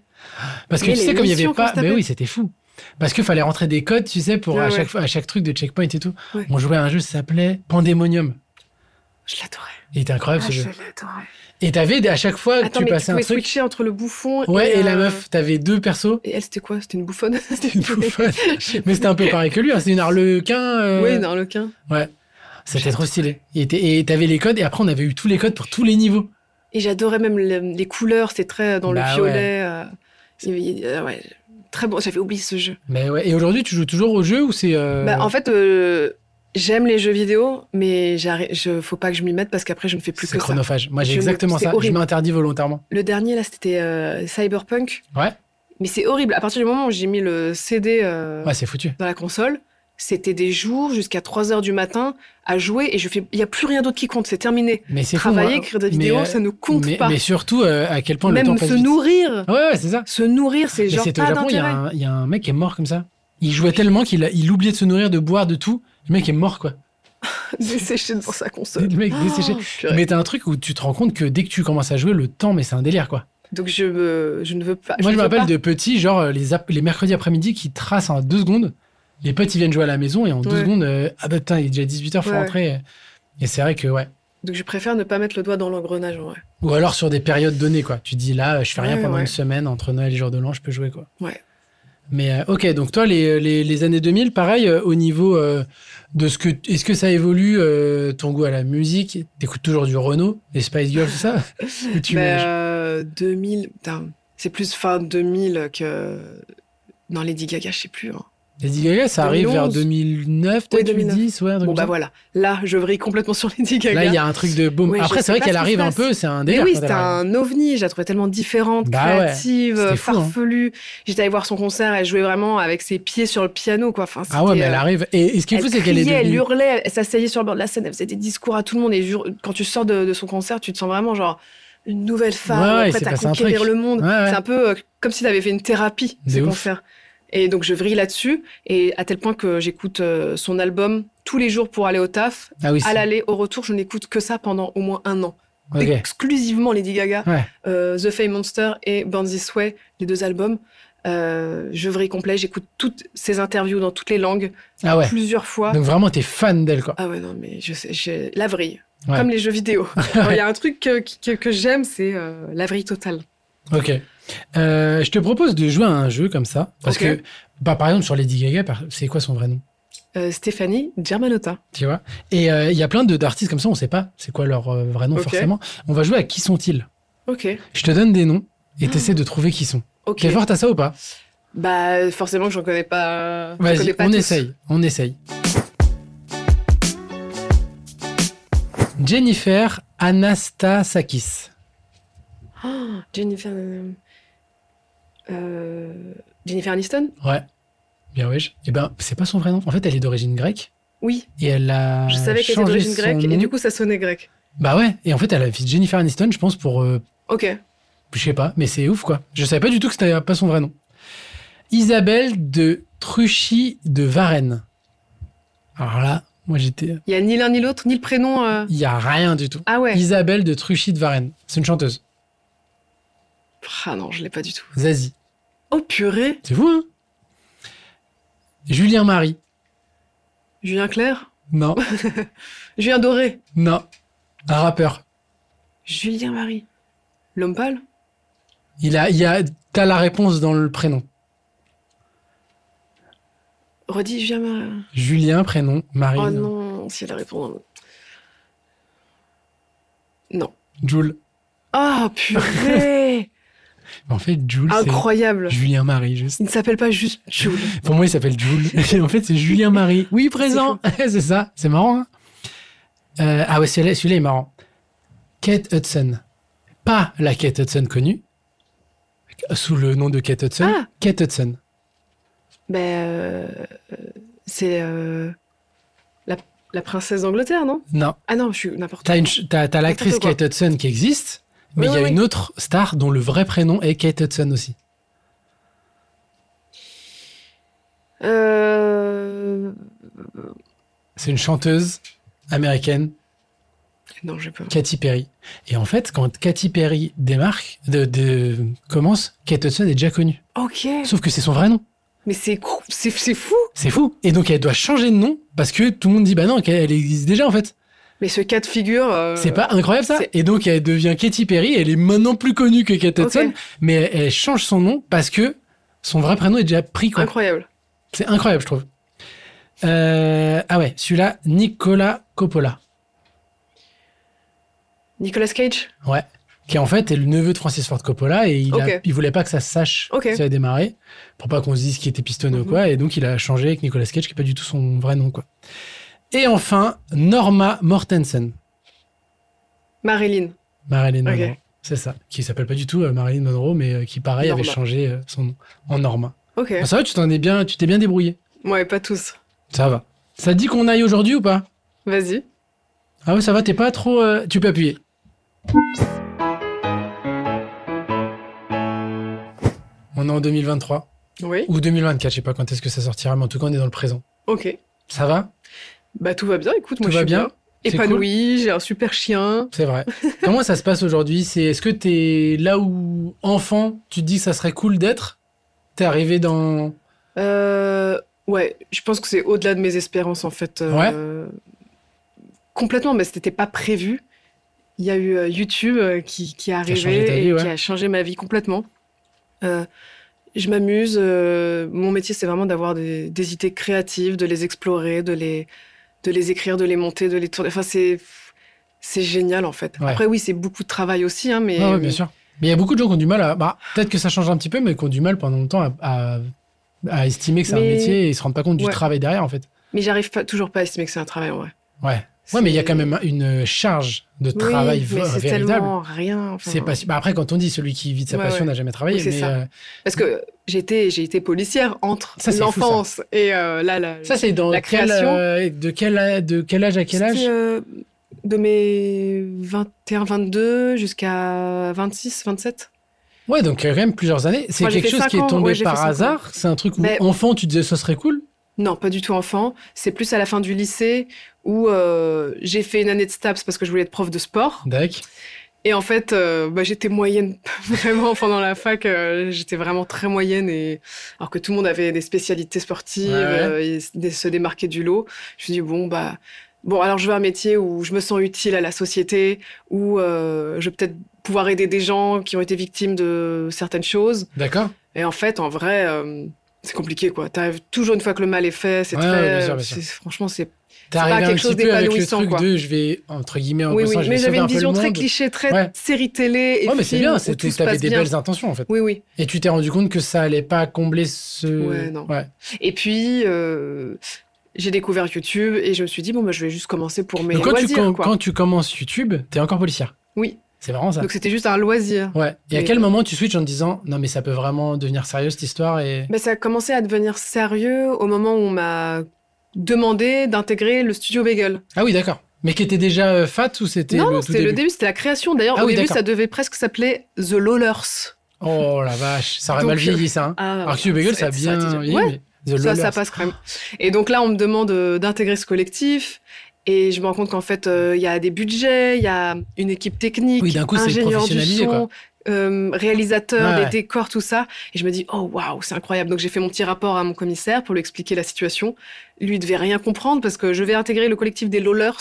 parce que
Mais
tu
les
sais, comme il n'y
missions
avait
qu'on
pas,
se
mais
tapait.
oui, c'était fou. Parce qu'il fallait rentrer des codes, tu sais, pour
Ouais,
à,
ouais.
chaque, fois- à chaque truc de checkpoint et tout.
Ouais.
On jouait à un jeu, ça s'appelait Pandemonium.
Je l'adorais.
Il était incroyable
Ah,
ce
je
jeu.
l'adorais.
Et t'avais des- à chaque fois que
Attends,
tu
mais tu
passais
pouvais
un truc.
switcher entre le bouffon
Ouais, et la
euh,
meuf, t'avais deux persos.
Et elle, c'était quoi C'était une bouffonne C'était
Une bouffonne. Mais c'était un peu pareil que lui, hein, c'est une arlequin. euh,
Oui, dans le quin.
C'était trop stylé. Il était- Et t'avais les codes, et après on avait eu tous les codes pour tous les niveaux.
Et j'adorais même le- les couleurs, ces traits dans
Bah
le violet. euh, il y avait- il y- euh, ouais, Très bon, j'avais oublié ce jeu.
Mais ouais. Et aujourd'hui, tu joues toujours au jeu ou c'est. euh,
Bah, en fait, euh, j'aime les jeux vidéo, mais j'arrête- je, faut pas que je m'y mette parce qu'après, je ne fais plus
c'est
que ça.
chronophage. Moi, j'ai
Je me-
exactement
c'est
ça.
horrible.
Je m'interdis volontairement.
Le dernier, là, c'était euh, Cyberpunk.
Ouais.
Mais c'est horrible. À partir du moment où j'ai mis le CD euh,
Ouais, c'est foutu.
dans la console, c'était des jours jusqu'à 3 heures du matin à jouer et je fais. Il n'y a plus rien d'autre qui compte, c'est terminé.
Mais c'est fou. moi.
Travailler, écrire des
mais,
vidéos,
euh,
ça ne compte
mais,
pas.
mais surtout, euh, à quel point le temps
Même
passe
se
vite.
nourrir.
Ouais, ouais, c'est ça.
Se nourrir, c'est
Mais
genre
c'était au
pas
Japon, il y, a
d'intérêt.
un- il y a un mec qui est mort comme ça. Il jouait tellement qu'il a- il oubliait de se nourrir, de boire, de tout. Le mec est mort, quoi.
Desséché dans sa console.
Le mec desséché.
Oh, purée.
Mais t'as un truc où tu te rends compte que dès que tu commences à jouer, le temps, mais c'est un délire, quoi.
Donc je, me- Ah, je ne veux pas.
Moi, je
ne
me
veux
rappelle
pas.
de petits, genre euh, les, ap- les mercredis après-midi qui tracent en deux secondes. Les potes, ils viennent jouer à la maison et en deux
Ouais.
secondes, euh, ah bah putain, il est déjà 18h, faut
Ouais.
rentrer. Et c'est vrai que, ouais,
Donc je préfère ne pas mettre le doigt dans l'engrenage en vrai.
Ou alors sur des périodes données, quoi. Tu dis là, euh, je fais rien
Ouais,
pendant
ouais.
une semaine, entre Noël et Jour de l'An, je peux jouer, quoi.
Ouais.
Mais euh, ok, donc toi, les, les, les années 2000, pareil, euh, au niveau euh, de ce que. Est-ce que ça évolue euh, ton goût à la musique T'écoutes toujours du Renault, des Spice Girls, tout ça Ou tu
Ben,
mélanges
euh, 2000, putain, c'est plus fin 2000 que dans Lady Gaga, je sais plus. hein.
Lady Gaga, ça arrive vers
2011.
2009, peut-être
Oui, 2009.
2010, ouais, un truc
Bon
comme
bah
ça.
voilà, là je vrille complètement sur Lady Gaga.
Là, il y a un truc de boom.
Ouais, je
Après,
sais
c'est vrai
pas
qu'elle
ce qui se
arrive un
passe.
peu, c'est un
Mais
délire.
oui,
quand elle
c'était
arrive.
un ovni, je la trouvais tellement différente,
Bah ouais,
créative,
c'était fou, hein.
farfelue. J'étais allée voir son concert, elle jouait vraiment avec ses pieds sur le piano quoi. Enfin,
Ah ouais,
c'était,
mais elle
euh,
arrive. Et, et ce qui est
Elle
fou, c'est qu'elle est
criait, elle
devenue.
hurlait, elle s'asseyait sur le bord de la scène, elle faisait des discours à tout le monde. Et jure- quand tu sors de, de son concert, tu te sens vraiment genre une nouvelle femme,
Ouais, ouais, il s'est
prête à
passé un
conquérir
truc.
le monde.
Ouais, ouais.
C'est un peu euh, comme si tu avais fait une thérapie,
De
ce
ouf.
concert. Et donc je vrille là-dessus, et à tel point que j'écoute euh, son album tous les jours pour aller au taf.
Ah oui,
À
c'est-
l'aller, au retour, je n'écoute que ça pendant au moins un an.
ok.
Exclusivement Lady Gaga,
Ouais.
euh, The Fame Monster et Born This Way, les deux albums. Euh, je vrille complet, j'écoute toutes ses interviews dans toutes les langues,
Ah ouais.
plusieurs fois.
Donc vraiment, t'es fan d'elle, quoi.
Ah ouais, non, mais je sais, j'ai la vrille.
Ouais.
Comme les jeux vidéo. Alors, Il y a un truc que, que, que j'aime, c'est euh, la vrille totale.
Ok. Euh, je te propose de jouer à un jeu comme ça. Parce
Ok.
que, bah, par exemple, sur Lady Gaga, par- c'est quoi son vrai nom
Euh, Stéphanie Germanotta.
Tu vois Et euh, il y a plein de- d'artistes comme ça, on sait pas c'est quoi leur euh, vrai nom,
Ok.
forcément. On va jouer à qui sont-ils
Ok.
Je te donne des noms et t'essaies de trouver qui sont.
Ah. Ok.
T'es forte à ça ou pas
Bah, forcément que j'en connais pas. j'en
Vas-y,
connais pas
on
tous.
essaye, on essaye. Jennifer Anastasakis.
Oh, Jennifer. euh, euh, Jennifer Aniston
Ouais. Bien oui. Et ben, c'est pas son vrai nom. En fait, elle est d'origine grecque
Oui.
et elle a
Je savais qu'elle était
changé
d'origine
Euh, son
grecque et
nom.
du coup ça sonnait grec.
Bah ouais. Et en fait, elle a fait Jennifer Aniston, je pense pour euh,
Ok.
je sais pas, mais c'est ouf quoi. Je savais pas du tout que c'était pas son vrai nom. Isabelle de Truchy de Varennes. Alors là, moi j'étais
Il y a ni l'un ni l'autre, ni le prénom. euh,
il y a rien du tout.
Ah ouais.
Isabelle de Truchy de Varennes, c'est une chanteuse.
Ah non, je l'ai pas du tout.
Zazie.
Oh purée.
C'est vous, hein Julien Marie.
Julien Clerc
Non,
Julien Doré
non. Un rappeur.
Julien Marie L'homme pâle
Il a, il y a, t'as la réponse dans le prénom.
Redis Julien Marie.
Julien, prénom, Marie.
Oh non, si elle répond. Non.
Jules.
Oh purée
En fait, Jules, c'est
Incroyable
Julien Marie, juste.
Il ne s'appelle pas juste Jules.
Pour moi, il s'appelle Jules. Et en fait, c'est Julien Marie. Oui, présent. c'est ça. C'est marrant, hein Euh, Ah ouais, celui-là celui-là est marrant. Kate Hudson. Pas la Kate Hudson connue. Sous le nom de Kate Hudson.
Ah.
Kate Hudson.
Ben, euh, c'est euh, la, la princesse d'Angleterre, non
Non.
Ah non, je suis n'importe
T'as, une ch- t'as- t'as l'actrice
N'importe quoi.
Kate Hudson qui existe, mais il
Oui,
y a
oui, oui.
une autre star dont le vrai prénom est Kate Hudson aussi.
quoi. Euh,
C'est une chanteuse américaine,
Non, je peux.
Katy Perry. Et en fait, quand Katy Perry démarque, de, de- commence, Kate Hudson est déjà connue.
Ok.
Sauf que c'est son vrai nom.
Mais c'est cou- c'est c'est fou.
C'est fou. Et donc elle doit changer de nom parce que tout le monde dit bah non, qu'elle existe déjà en fait.
Mais ce cas de figure. euh,
C'est pas incroyable ça
c'est-
Et donc elle devient Katy Perry, elle est maintenant plus connue que Kate
Ok.
Hudson, mais elle, elle change son nom parce que son vrai prénom est déjà pris quoi.
incroyable.
C'est incroyable, je trouve. Euh, ah ouais, celui-là, Nicolas Coppola,
Nicolas Cage.
qui en fait est le neveu de Francis Ford Coppola et il, a-
Ok.
il voulait pas que ça se sache
Ok.
ça a démarré pour pas qu'on se dise qu'il était pistonné ou
Mhm.
quoi et donc il a changé avec Nicolas Cage qui est pas du tout son vrai nom quoi. Et enfin Norma Mortensen,
Marilyn.
Marilyn
Ok.
Monroe, c'est ça, qui s'appelle pas du tout euh, Marilyn Monroe mais euh, qui pareil avait
Norma.
changé euh, son nom en Norma.
Ok.
Ah, ça va, tu t'en es bien, tu t'es bien débrouillé.
Ouais, pas tous.
Ça va. Ça te dit qu'on aille aujourd'hui ou pas
Vas-y.
Ah ouais, ça va, t'es pas trop. euh, Tu peux appuyer. On est en 2023
Oui.
ou 2024, je sais pas quand est-ce que ça sortira, mais en tout cas, on est dans le présent.
Ok.
Ça va
Bah tout va bien. Écoute,
Tout
moi je
va
suis
bien
bien.
C'est
Épanouie. J'ai un super chien.
C'est vrai. Comment ça se passe aujourd'hui C'est est-ce que t'es là où enfant, tu te dis que ça serait cool d'être T'es arrivé dans
Euh, ouais. Je pense que c'est au-delà de mes espérances en fait. euh, Complètement, mais c'était pas prévu. il y a eu euh, YouTube euh, qui, qui est
changé
arrivé
ta vie,
et
ouais.
qui a changé ma vie complètement. Euh, je m'amuse. euh, mon métier, c'est vraiment d'avoir des, des idées créatives, de les explorer, de les, de les écrire, de les monter, de les tourner. Enfin, c'est c'est génial en fait.
Ouais.
Après, oui, c'est beaucoup de travail aussi, hein, mais
Ah Ouais, ouais, bien sûr. Mais il y a beaucoup de gens qui ont du mal à. Bah, peut-être que ça change un petit peu, mais qui ont du mal pendant longtemps à, à, à estimer que c'est un
Mais-
métier et ils se rendent pas compte du
Ouais.
travail derrière, en fait.
mais j'arrive pas toujours pas à estimer que c'est un travail. Ouais.
Ouais. Ouais, mais il y a
C'est-
quand même une charge de
Oui,
travail v-
mais c'est
véritable.
tellement rien. enfin.
C'est pas... bah, après, quand on dit celui qui vit de sa
Ouais,
passion
ouais.
n'a jamais travaillé,
Oui, c'est
mais
ça.
euh,
Parce que j'étais j'ai été policière entre
Ça, c'est fou,
l'enfance et euh, là la,
ça, c'est dans
La
quel,
création.
euh, de, quel, de quel âge à quel âge
C'était, euh, De mes 21, 22 jusqu'à 26, 27.
Ouais, donc euh, quand même plusieurs années. C'est
Moi, j'ai
quelque
fait
chose qui
cinq
est
ans.
tombé
Ouais, j'ai fait
par
cinq ans.
hasard. C'est un truc où,
Mais-
enfant, tu disais ça serait cool.
Non, pas du tout enfant. C'est plus à la fin du lycée où euh, j'ai fait une année de STAPS parce que je voulais être prof de sport.
D'accord.
Et en fait, euh, bah, j'étais moyenne vraiment pendant la fac. euh, j'étais vraiment très moyenne. Et... Alors que tout le monde avait des spécialités sportives,
Ouais, ouais.
euh, et s- des- se démarquer du lot. Je me suis dit, bon, bah, bon, alors je veux un métier où je me sens utile à la société, où euh, je vais peut-être pouvoir aider des gens qui ont été victimes de certaines choses.
D'accord.
Et en fait, en vrai, euh, c'est compliqué, quoi. T'arrives toujours une fois que le mal est fait. C'est
Ouais,
très.
ouais, bien sûr, bien sûr.
c'est- Franchement, c'est.
T'arrives un
quelque
petit
chose
peu avec le
d'épanouissant,
truc
quoi.
de je vais, entre guillemets, en
Oui, oui.
bossant, je vais
Mais
sauver
j'avais
un
une
peu le
vision très
monde.
cliché, très
Ouais.
série télé. Et
Ouais, mais c'est bien,
c'était
c'était- t'avais des
bien.
belles intentions en fait.
Oui, oui.
Et tu t'es rendu compte que ça allait pas combler ce.
Ouais, non. Et puis, euh, j'ai découvert YouTube et je me suis dit, bon, bah, je vais juste commencer pour mes
Donc, quand, tu,
loisirs.
com-
quoi.
quand tu commences YouTube, t'es encore policière.
Oui,
C'est marrant ça.
donc c'était juste un loisir.
ouais. Et à
Mais-
quel moment tu switches en te disant non, mais ça peut vraiment devenir sérieux cette histoire et...
Ben, ça a commencé à devenir sérieux au moment où on m'a demandé d'intégrer le studio Bagel.
Ah oui, d'accord. Mais qui était déjà euh, fat ou c'était
Non,
le
non,
tout
c'était
début,
le début, c'était la création. D'ailleurs,
Ah
au
oui,
début,
d'accord.
ça devait presque s'appeler The Lawlers.
Oh la vache, ça aurait
Donc,
mal vieilli ça. Hein.
Ah,
Alors que Cube Bagel, ça a bien
été-
vieilli.
Ouais,
mais The
ça, ça
Lawlers.
passe quand même. Et donc là, on me demande euh, d'intégrer ce collectif. Et je me rends compte qu'en fait, euh, il y a des budgets, il y a une équipe technique,
Oui, d'un coup, c'est
ingénieur du
professionnalisé,
son,
quoi.
euh, réalisateur,
Ouais.
des décors, tout ça. Et je me dis, oh waouh, c'est incroyable. Donc j'ai fait mon petit rapport à mon commissaire pour lui expliquer la situation. Lui, il devait rien comprendre parce que je vais intégrer le collectif des Lawlers.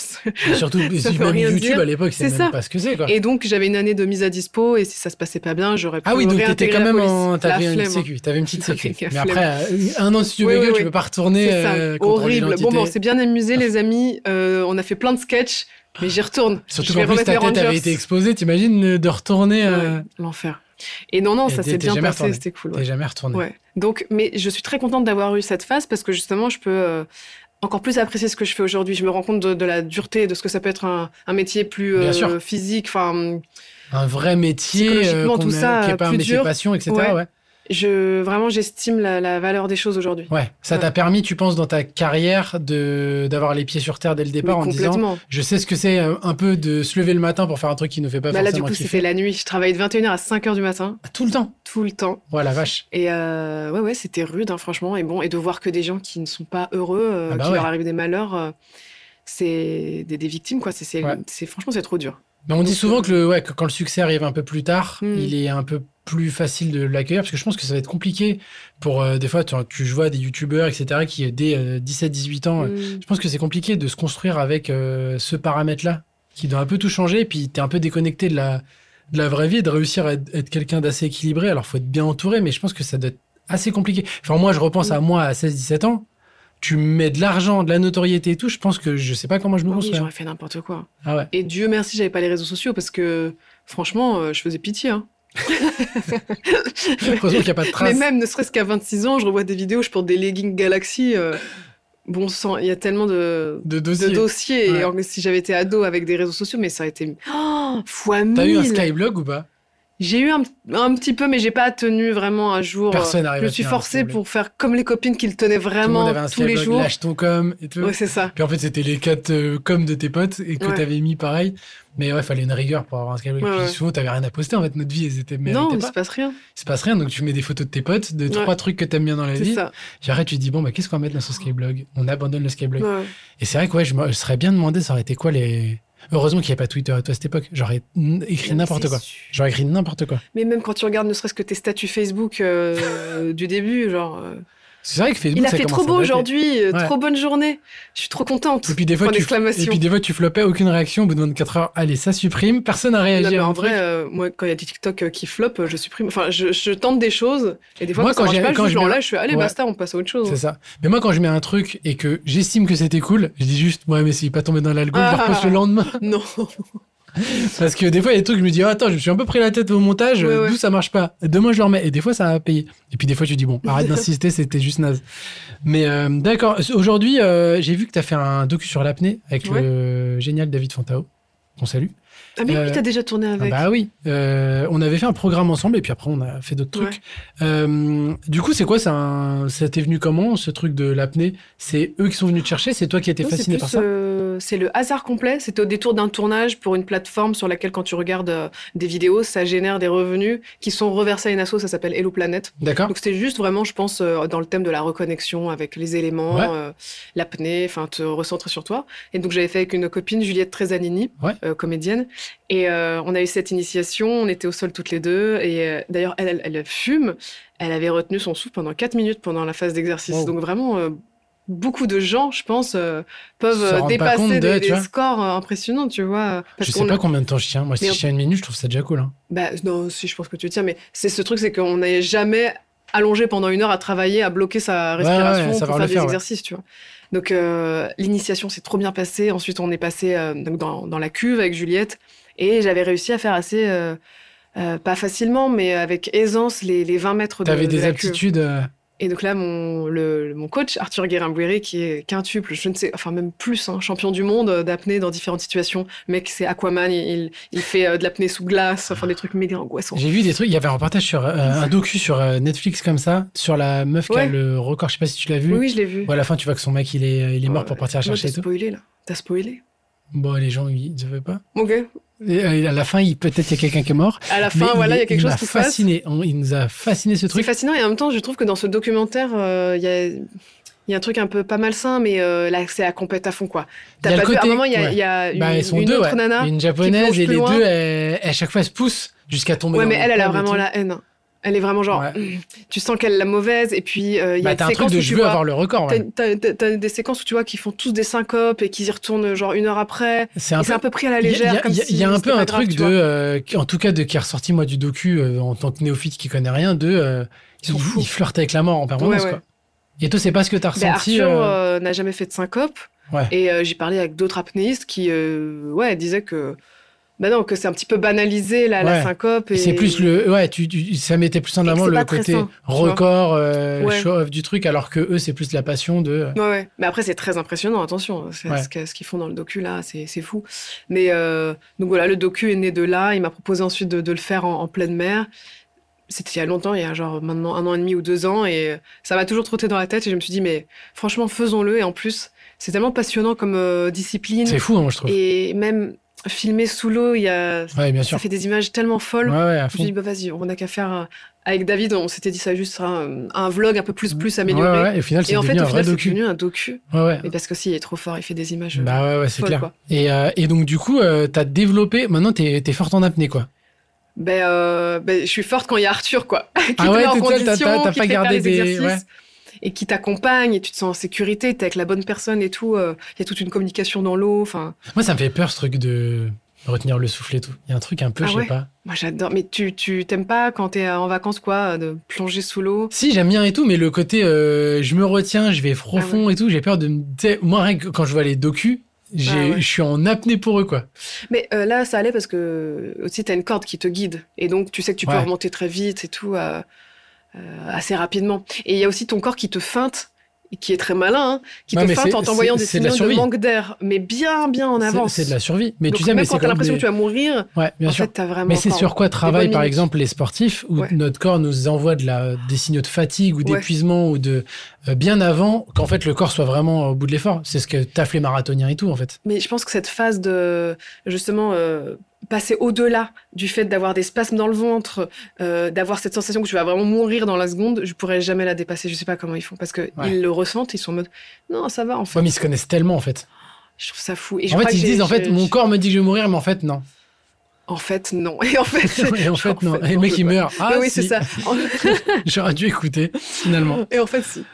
Et surtout,
veut
même
rien
YouTube
dire.
à l'époque, c'est
C'est
même
ça.
pas ce que c'est quoi.
Et donc j'avais une année de mise à dispo. Et si ça se passait pas bien, j'aurais pu
Ah oui, donc t'étais
réintégrer
quand
la
même
police.
en.
La
T'avais une
flemme. hein.
sécu, t'avais une petite sécu.
Avec la
Mais après, euh, un an de studio
Oui,
Bagel,
oui,
tu
oui.
peux pas retourner.
C'est ça,
euh, contrôler
horrible. Bon, bon,
l'identité. Ah.
on s'est bien amusé, les amis. Euh, on a fait plein de sketchs, mais j'y retourne.
Surtout
Je vais
qu'en plus,
remettre
ta
les
tête avait
Rangers.
été exposée, t'imagines euh, de retourner. euh,
Ouais, L'enfer. Et non, non,
Et
ça
t'es-
s'est
t'es
bien
jamais
passé,
retourné.
c'était cool.
T'es
Ouais.
jamais retourné.
Ouais. Donc, mais je suis très contente d'avoir eu cette phase parce que justement, je peux euh, encore plus apprécier ce que je fais aujourd'hui. Je me rends compte de, de la dureté, de ce que ça peut être un, un métier plus
Bien
euh,
sûr.
physique. Enfin,
Un vrai métier, euh,
Psychologiquement,
qu'on
tout
a-
ça,
qui est pas un
plus
métier
dur.
passion, etc. Ouais.
Ouais.
ouais.
je vraiment, j'estime la, la valeur des choses aujourd'hui.
Ça
Ouais.
t'a permis, tu penses, dans ta carrière, de d'avoir les pieds sur terre dès le
Mais
départ en disant,
complètement.
je sais ce que c'est euh, un peu de se lever le matin pour faire un truc qui nous fait pas
Bah là, du
forcément
coup,
kiffer. Ah,
c'était la nuit. Je travaillais de 21h à 5h du matin,
Tout le temps.
tout le temps.
Voilà, vache.
Et euh, ouais, ouais, c'était rude, hein, franchement. Et bon, et de voir que des gens qui ne sont pas heureux, euh,
Ah bah
qui leur
ouais.
arrivent des malheurs, euh, c'est des, des victimes, quoi. C'est, c'est,
Ouais.
c'est- franchement, c'est trop dur.
Mais on dit
Donc,
souvent
euh,
que, le, ouais, que quand le succès arrive un peu plus tard,
Hmm.
il est un peu plus facile de l'accueillir parce que je pense que ça va être compliqué pour euh, des fois tu, tu je vois des youtubeurs etc qui euh, dès 17-18 ans euh,
Mm.
je pense que c'est compliqué de se construire avec euh, ce paramètre là qui doit un peu tout changer puis t'es un peu déconnecté de la de la vraie vie et de réussir à être, être quelqu'un d'assez équilibré alors faut être bien entouré mais je pense que ça doit être assez compliqué enfin moi je repense
Mm.
à moi à 16-17 ans tu mets de l'argent de la notoriété et tout je pense que je sais pas comment je me
Ah oui,
construis hein.
j'aurais fait n'importe quoi.
ah ouais
Et Dieu merci, j'avais pas les réseaux sociaux parce que, franchement, euh, je faisais pitié. hein.
heureusement qu'il n'y a pas de
Mais
traces
même, ne serait-ce qu'à 26 ans, je revois des vidéos, je porte des leggings Galaxy. euh, bon sang, il y a tellement de,
de
de
dossiers
dossiers.
Ouais.
Et en- si j'avais été ado avec des réseaux sociaux, mais ça aurait été oh, fois
T'as eu un
mille.
Skyblog ou pas
J'ai eu un, un petit peu, mais j'ai pas tenu vraiment un jour. euh,
Personne
Je
n'arrive
me
à
suis
tenir un
forcée
Skyblog.
pour faire comme les copines qui le tenaient
Tout le monde
vraiment
avait un
tous les
Skyblog,
jours.
lâche ton com et tout.
Ouais, c'est ça.
Puis en fait, c'était les quatre euh, coms de tes potes et que
Ouais.
t'avais mis pareil. Mais ouais, fallait une rigueur pour avoir un Skyblog.
Ouais,
Puis
ouais.
souvent, t'avais rien à poster. En fait, notre vie, elles étaient mais elle
non, il
était
se
pas.
passe rien.
Il se passe rien. Donc, tu mets des photos de tes potes, de trois trucs que t'aimes bien dans la
C'est
vie.
ça.
Puis après, tu te dis, bon, bah, qu'est-ce qu'on va mettre dans ce Skyblog On abandonne le Skyblog.
Ouais.
Et c'est vrai que ouais, je me je serais bien demandé, ça aurait été quoi les. Heureusement qu'il n'y avait pas Twitter à toi à cette époque. J'aurais n- écrit n'importe
C'est
quoi.
sûr.
J'aurais écrit n'importe quoi.
Mais même quand tu regardes ne serait-ce que tes statuts Facebook euh, du début, genre. euh,
C'est vrai que Facebook,
Il a
ça
fait
commence
trop
à
beau
dater.
aujourd'hui, euh,
Ouais.
trop bonne journée. Je suis trop contente.
Et puis des fois,
Point
tu,
d'exclamation.
et puis des fois, tu floppais, aucune réaction. Au bout de 24 heures, allez, ça supprime. Personne n'a
Non,
réagi.
mais
à
en
un
vrai,
truc.
euh, moi, quand il y a des TikTok euh, qui flopent, je supprime. Enfin, je, je tente des choses et des fois,
Moi,
quand,
quand
ça
j'ai-
marche pas,
quand
je
je
suis en
mets-
là, je fais allez,
Ouais.
basta, on passe à autre chose.
c'est ça. Mais moi, quand je mets un truc et que j'estime que c'était cool, je dis juste, ouais, mais s'il n'est pas tombé dans l'algo, je le
Ah.
repose le lendemain.
Non.
Parce que des fois, il y a des trucs, je me dis, oh, attends, je me suis un peu pris la tête au montage,
Ouais, ouais.
d'où ça marche pas. Demain, je le remets. Et des fois, ça a payé. Et puis des fois, tu dis, bon, arrête d'insister, c'était juste naze. Mais euh, d'accord, aujourd'hui, euh, j'ai vu que tu as fait un docu sur l'apnée avec le génial David Fantao, qu'on salue.
Ah, mais
Euh,
oui, t'as déjà tourné
Ah
avec.
bah oui, Euh, on avait fait un programme ensemble et puis après, on a fait d'autres trucs. Euh, du coup, c'est quoi ça, un- ça t'est venu comment ce truc de l'apnée C'est eux qui sont venus te chercher, c'est toi qui étais
Non,
fasciné
c'est
par
plus,
ça
euh, c'est le hasard complet. C'était au détour d'un tournage pour une plateforme sur laquelle, quand tu regardes euh, des vidéos, ça génère des revenus qui sont reversés à une asso. Ça s'appelle Hello Planet.
D'accord
Donc c'était juste vraiment, je pense, euh, dans le thème de la reconnexion avec les éléments,
Ouais.
euh, l'apnée, enfin te recentrer sur toi. Et donc j'avais fait avec une copine, Juliette Trezanini,
Ouais.
euh, comédienne, et euh, on a eu cette initiation. On était au sol toutes les deux. Et euh, d'ailleurs, elle, elle, elle fume. Elle avait retenu son souffle pendant 4 minutes pendant la phase d'exercice.
Wow.
Donc vraiment. euh, Beaucoup de gens, je pense, euh, peuvent
Se
euh,
rendent pas compte
dépasser
de,
des,
tu
des
vois.
scores euh, impressionnants, tu vois.
Je
Parce
sais
qu'on a-
pas combien de temps je tiens. Moi, si
Mais-
je tiens une minute, je trouve ça déjà cool. hein.
bah non, si je pense que tu tiens, mais c'est ce truc, c'est qu'on n'est jamais allongé pendant une heure à travailler, à bloquer sa
ouais,
respiration pour
savoir
faire
le
des
faire, ouais.
exercices, tu vois. Donc euh, l'initiation s'est trop bien passée. Ensuite, on est passé euh, donc dans, dans la cuve avec Juliette et j'avais réussi à faire assez, euh, euh, pas facilement, mais avec aisance les, les 20 mètres de,
T'avais
de
des
la cuve.
aptitudes. euh,
Et donc là, mon, le, mon coach, Arthur Guérin-Bouéry, qui est quintuple, je ne sais, enfin même plus, hein, champion du monde euh, d'apnée dans différentes situations. Le Mec, c'est Aquaman, il, il fait euh, de l'apnée sous glace, enfin des trucs méga angoissants.
J'ai vu des trucs. Il y avait un reportage sur euh, un docu sur euh, Netflix comme ça, sur la meuf qui a
Ouais.
le record. Je sais pas si tu l'as vu.
Oui, oui, je l'ai vu.
Ou à la fin, tu vois que son mec, il est, euh, il est mort pour partir la
Moi,
chercher et
T'as
tout.
spoilé, là. T'as spoilé.
Bon, les gens, ils ne savaient pas.
Ok.
Et, euh, à la fin, il peut-être il y a quelqu'un qui est mort.
À la fin,
mais
voilà, il y
est-
a quelque chose
m'a
qui se passe.
fasciné. On- il nous a fasciné ce
C'est
truc.
fascinant et en même temps, je trouve que dans ce documentaire, euh, il y a. il y a un truc un peu pas malsain, mais euh, là, c'est à compète à fond, quoi.
Il y
T'as
a
pas
le
vu, à un
côté-
moment, il y a,
ouais.
il y a une,
Bah, elles sont
une
deux,
autre
ouais.
nana.
Une
plonge
japonaise et les
plus loin.
deux, elles- à chaque fois, elles se poussent jusqu'à tomber.
Ouais,
dans
mais
le
elle, elle a
pôle et
vraiment
tout.
la haine. hein. Elle est vraiment genre,
Ouais.
tu sens qu'elle est la mauvaise, et puis euh, il y a
Bah,
des
t'as un truc
séquences
de
où
je
tu
veux
vois.
avoir le record. ouais.
t'as- T'as t'as- t'as des séquences où tu vois qu'ils font tous des syncopes et qu'ils y retournent euh, genre une heure après.
C'est
Et
un
C'est
peu
un peu pris à la
Il y a-
légère.
il y a-
comme
Il y a,
si
il y a un peu
c'était
un
pas grave,
truc
tu
de,
vois.
euh, qui- en tout cas, de qui est ressorti moi du docu euh, en tant que néophyte qui connaît rien, de euh,
Ils sont
il-
fous.
il flirte avec la mort en permanence.
Ouais, ouais.
quoi. Et toi, c'est pas ce que t'as
Ben,
ressenti.
Arthur
euh,
euh, n'a jamais fait de syncope.
Ouais.
Et euh, j'ai parlé avec d'autres apnéistes qui euh, ouais, disaient que, bah non, que c'est un petit peu banalisé la, la
Ouais.
syncope. Et...
C'est plus le, ouais, tu, tu- ça mettait plus en
Et que
avant
c'est
le
pas très
côté
sain, tu vois.
record, euh,
Ouais.
show-off du truc, alors que eux, c'est plus la passion de. euh,
Ouais, ouais. Mais après, c'est très impressionnant, attention. hein. C'est-
Ouais.
Ce que- ce qu'ils font dans le docu, là, c'est c'est fou. Mais euh, donc voilà, le docu est né de là. Il m'a proposé ensuite de, de le faire en, en pleine mer. C'était il y a longtemps, il y a genre maintenant un an et demi ou deux ans. Et euh, ça m'a toujours trotté dans la tête. Et je me suis dit, mais franchement, faisons-le. Et en plus, c'est tellement passionnant comme euh, discipline.
C'est fou, hein, je trouve.
Et même filmer sous l'eau, il y a...
Ouais, bien
ça
sûr.
fait des images tellement folles.
Ouais, ouais, à
Je me suis
fond.
dit, bah, vas-y, on n'a qu'à faire. un- Avec David, on s'était dit ça juste sera un, un vlog un peu plus, plus
Ouais,
amélioré.
ouais, ouais, et au final, c'est
Et en fait,
devenu
au
un vrai
final, c'est
docu.
devenu un docu.
Ouais, ouais.
Mais parce que si, il est trop fort, il fait des images. euh,
Bah ouais, ouais, c'est
folle,
clair.
quoi.
Et, euh, et donc, du coup, euh, t'as développé. Maintenant, t'es es forte en apnée, quoi.
Ben, euh, ben, je suis forte quand il y a Arthur, quoi. qui
Ah
te
ouais,
met en
t'es seule, t'as-
condition,
t'as- t'as
qui
pas
te fait faire
gardé
les
des-
exercices,
ouais.
Et qui t'accompagne, et tu te sens en sécurité, t'es avec la bonne personne et tout. euh, Il y a toute une communication dans l'eau. Enfin,
Moi, ça me fait peur, ce truc de retenir le souffle et tout. Il y a un truc un peu,
Ah
je
ouais.
sais pas.
moi, j'adore. Mais tu tu t'aimes pas quand t'es euh, en vacances, quoi, de plonger sous l'eau.
Si, j'aime bien et tout, mais le côté euh, je me retiens, je vais
Ah
profond et tout, j'ai peur de me. tu sais, Moi, rien que quand je vois les docus, j'ai-
Ah ouais.
je suis en apnée pour eux, quoi.
Mais euh, là, ça allait parce que aussi, t'as une corde qui te guide. Et donc, tu sais que tu peux
Ouais.
remonter très vite et tout, euh, euh, assez rapidement. Et il y a aussi ton corps qui te feinte, et qui est très malin, hein, qui
Ouais,
te
mais
feinte
c'est-
en t'envoyant
c'est-
des
c'est de la
signaux de,
survie.
manque d'air, mais bien, bien en
C'est-
avance.
C'est de la survie. Mais
Donc,
tu sais,
même
mais
quand
c'est
t'as
comme
l'impression
des-
que tu vas mourir,
Ouais, bien
en
sûr.
fait, t'as vraiment.
mais c'est
encore-
sur quoi travaillent,
bonnes
par
minutes.
exemple, les sportifs, où
Ouais.
notre corps nous envoie de la, des signaux de fatigue ou
Ouais.
d'épuisement ou de euh, bien avant qu'en fait le corps soit vraiment au bout de l'effort. C'est ce que taffent les marathoniens et tout, en fait.
Mais je pense que cette phase de justement euh, passer au-delà du fait d'avoir des spasmes dans le ventre, euh, d'avoir cette sensation que tu vas vraiment mourir dans la seconde, je pourrais jamais la dépasser. Je sais pas comment ils font parce que
Ouais.
ils le ressentent, ils sont en mode non ça va en fait.
Ouais, mais ils se connaissent tellement, en fait.
Je trouve ça fou. Et je
en
crois
fait,
que
ils se
j'ai-
disent, en fait,
j'ai-
mon corps me dit que je vais mourir, mais en fait, non.
En fait, non. Et en fait,
Et en
genre,
fait, non. Et le
non,
mec,
je
il
veux
meurt.
pas.
Ah,
Mais oui,
si.
c'est ça.
J'aurais dû écouter, finalement.
Et en fait, si.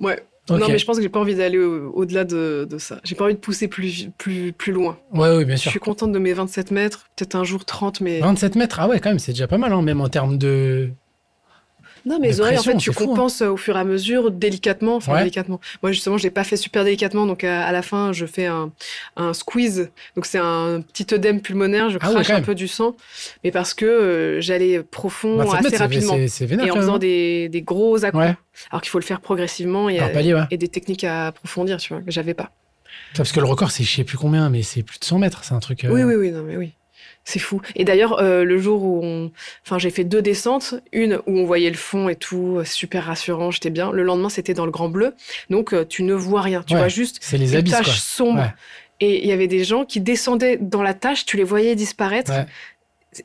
Ouais.
Ok.
Non, mais je pense que j'ai pas envie d'aller au- au-delà de, de ça. J'ai pas envie de pousser plus, plus, plus loin.
Ouais, oui, bien
Je
sûr.
suis contente de mes 27 mètres, peut-être un jour 30, mais.
27 mètres, ah ouais, quand même, c'est déjà pas mal, hein, même en termes de.
Non, mais
De
les oreilles, en
pression,
fait, tu
c'est fou, hein.
compenses euh, au fur et à mesure, délicatement. Enfin,
Ouais.
délicatement. Moi, justement, je l'ai pas fait super délicatement, donc euh, à, à la fin, je fais un, un squeeze. Donc, c'est un petit œdème pulmonaire, je
Ah ouais,
crache
quand
un
même. Bah,
peu du sang, mais parce que euh, j'allais profond
27
assez
mètres, c'est-
rapidement.
c'est- c'est vénère.
Et en
quand même. hein.
faisant des, des gros accords.
Ouais,
Alors qu'il faut le faire progressivement et, euh,
par palier, ouais.
et des techniques à approfondir, tu vois, que j'avais pas.
Parce que le record, c'est je sais plus combien, mais c'est plus de 100 mètres, c'est un truc. euh,
Oui, oui, oui, non, mais oui. C'est fou. Et d'ailleurs, euh, le jour où on. Enfin, j'ai fait deux descentes. Une où on voyait le fond et tout, euh, super rassurant, j'étais bien. Le lendemain, c'était dans le Grand Bleu. Donc, euh, tu ne vois rien. Tu
Ouais,
vois juste
C'est les
des
abysses, quoi.
taches sombres.
Ouais.
Et il y avait des gens qui descendaient dans la tâche, tu les voyais disparaître.
Ouais.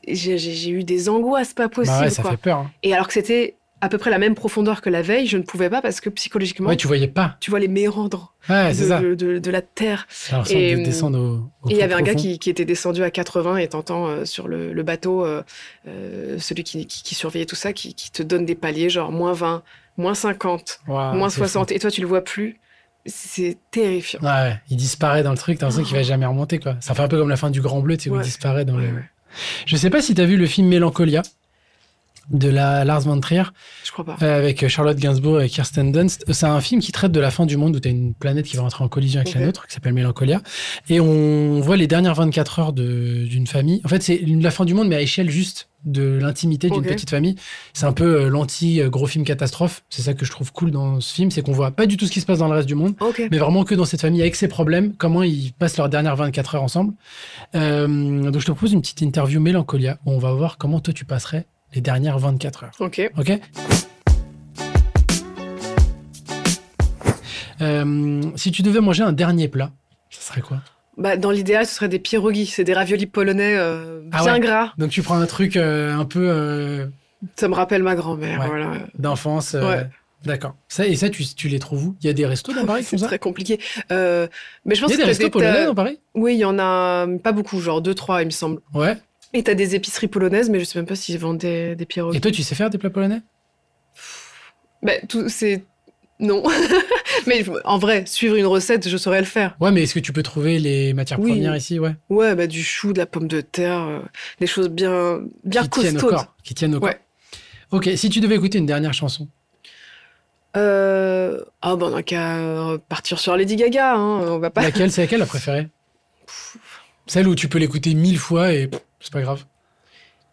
Et J'ai j'ai- j'ai eu des angoisses pas possibles.
Bah ouais, ça
quoi.
fait peur. hein.
Et alors que c'était à peu près la même profondeur que la veille, je ne pouvais pas parce que psychologiquement,
Ouais,
tu...
tu voyais pas.
vois les méandres
Ouais, c'est
de-
ça.
de- de- de la terre.
T'as l'impression
Et,
de descendre au. au
Et il y
plus
avait un gars
profond.
qui, qui était descendu à 80 et t'entends euh, sur le, le bateau, euh, euh, celui qui, qui, qui surveillait tout ça, qui, qui te donne des paliers genre moins 20, moins 50,
Ouah,
moins
Ah, c'est fou.
60, et toi tu le vois plus. C'est terrifiant.
Ouais, ouais, il disparaît dans le truc, t'as l'impression qu'il va jamais remonter, quoi. Ça fait un peu comme la fin du Grand Bleu, tu sais, où il
Ouais.
disparaît dans le.
Ouais, ouais.
Je sais pas si t'as vu le film Mélancolia de la Lars von Trier
Je crois pas.
euh, avec Charlotte Gainsbourg et Kirsten Dunst. Euh, C'est un film qui traite de la fin du monde où t'as une planète qui va rentrer en collision avec la
Ok.
nôtre, qui s'appelle Mélancolia. Et on voit les dernières 24 heures de- d'une famille. En fait, c'est une- la fin du monde, mais à échelle juste de l'intimité d'une
Ok.
petite famille. C'est un peu euh, l'anti-gros film catastrophe. C'est ça que je trouve cool dans ce film, c'est qu'on voit pas du tout ce qui se passe dans le reste du monde
Ok.
mais vraiment que dans cette famille avec ses problèmes, comment ils passent leurs dernières 24 heures ensemble. Euh, donc je te propose une petite interview Mélancolia où on va voir comment toi tu passerais les dernières 24 heures.
Ok.
Ok Euh, Si tu devais manger un dernier plat, ça serait quoi
Bah, dans l'idéal, ce serait des pierogies, c'est des raviolis polonais euh, bien
Ah ouais.
gras.
Donc tu prends un truc euh, un peu euh,
Ça me rappelle ma grand-mère.
Ouais.
Voilà.
d'enfance. euh,
Ouais.
D'accord. Ça, et ça, tu, tu les trouves où Il y a des restos dans Paris qui font Ah,
C'est
ça
très compliqué. Euh, mais je
Il
pense
y a des
que
restos
t'as
polonais hein.
t'as-
dans Paris
Oui, il y en a euh, pas beaucoup, genre deux, trois, il me semble.
Ouais.
Et t'as des épiceries polonaises, mais je sais même pas s'ils vendent des, des pierogies.
Et toi, tu sais faire des plats polonais
Bah, tout, c'est. Non. mais je- en vrai, suivre une recette, je saurais le faire.
Ouais, mais est-ce que tu peux trouver les matières
Oui.
premières ici Ouais.
Ouais, bah, du chou, de la pomme de terre, euh, des choses bien, bien
qui tiennent au
costaudes.
corps. Qui tiennent au corps.
Ouais.
Ok, si tu devais écouter une dernière chanson.
Euh... Ah, bah, on n'a qu'à euh, partir sur Lady Gaga, hein. On va pas.
Laquelle, c'est laquelle la préférée Celle où tu peux l'écouter mille fois et pff, c'est pas grave.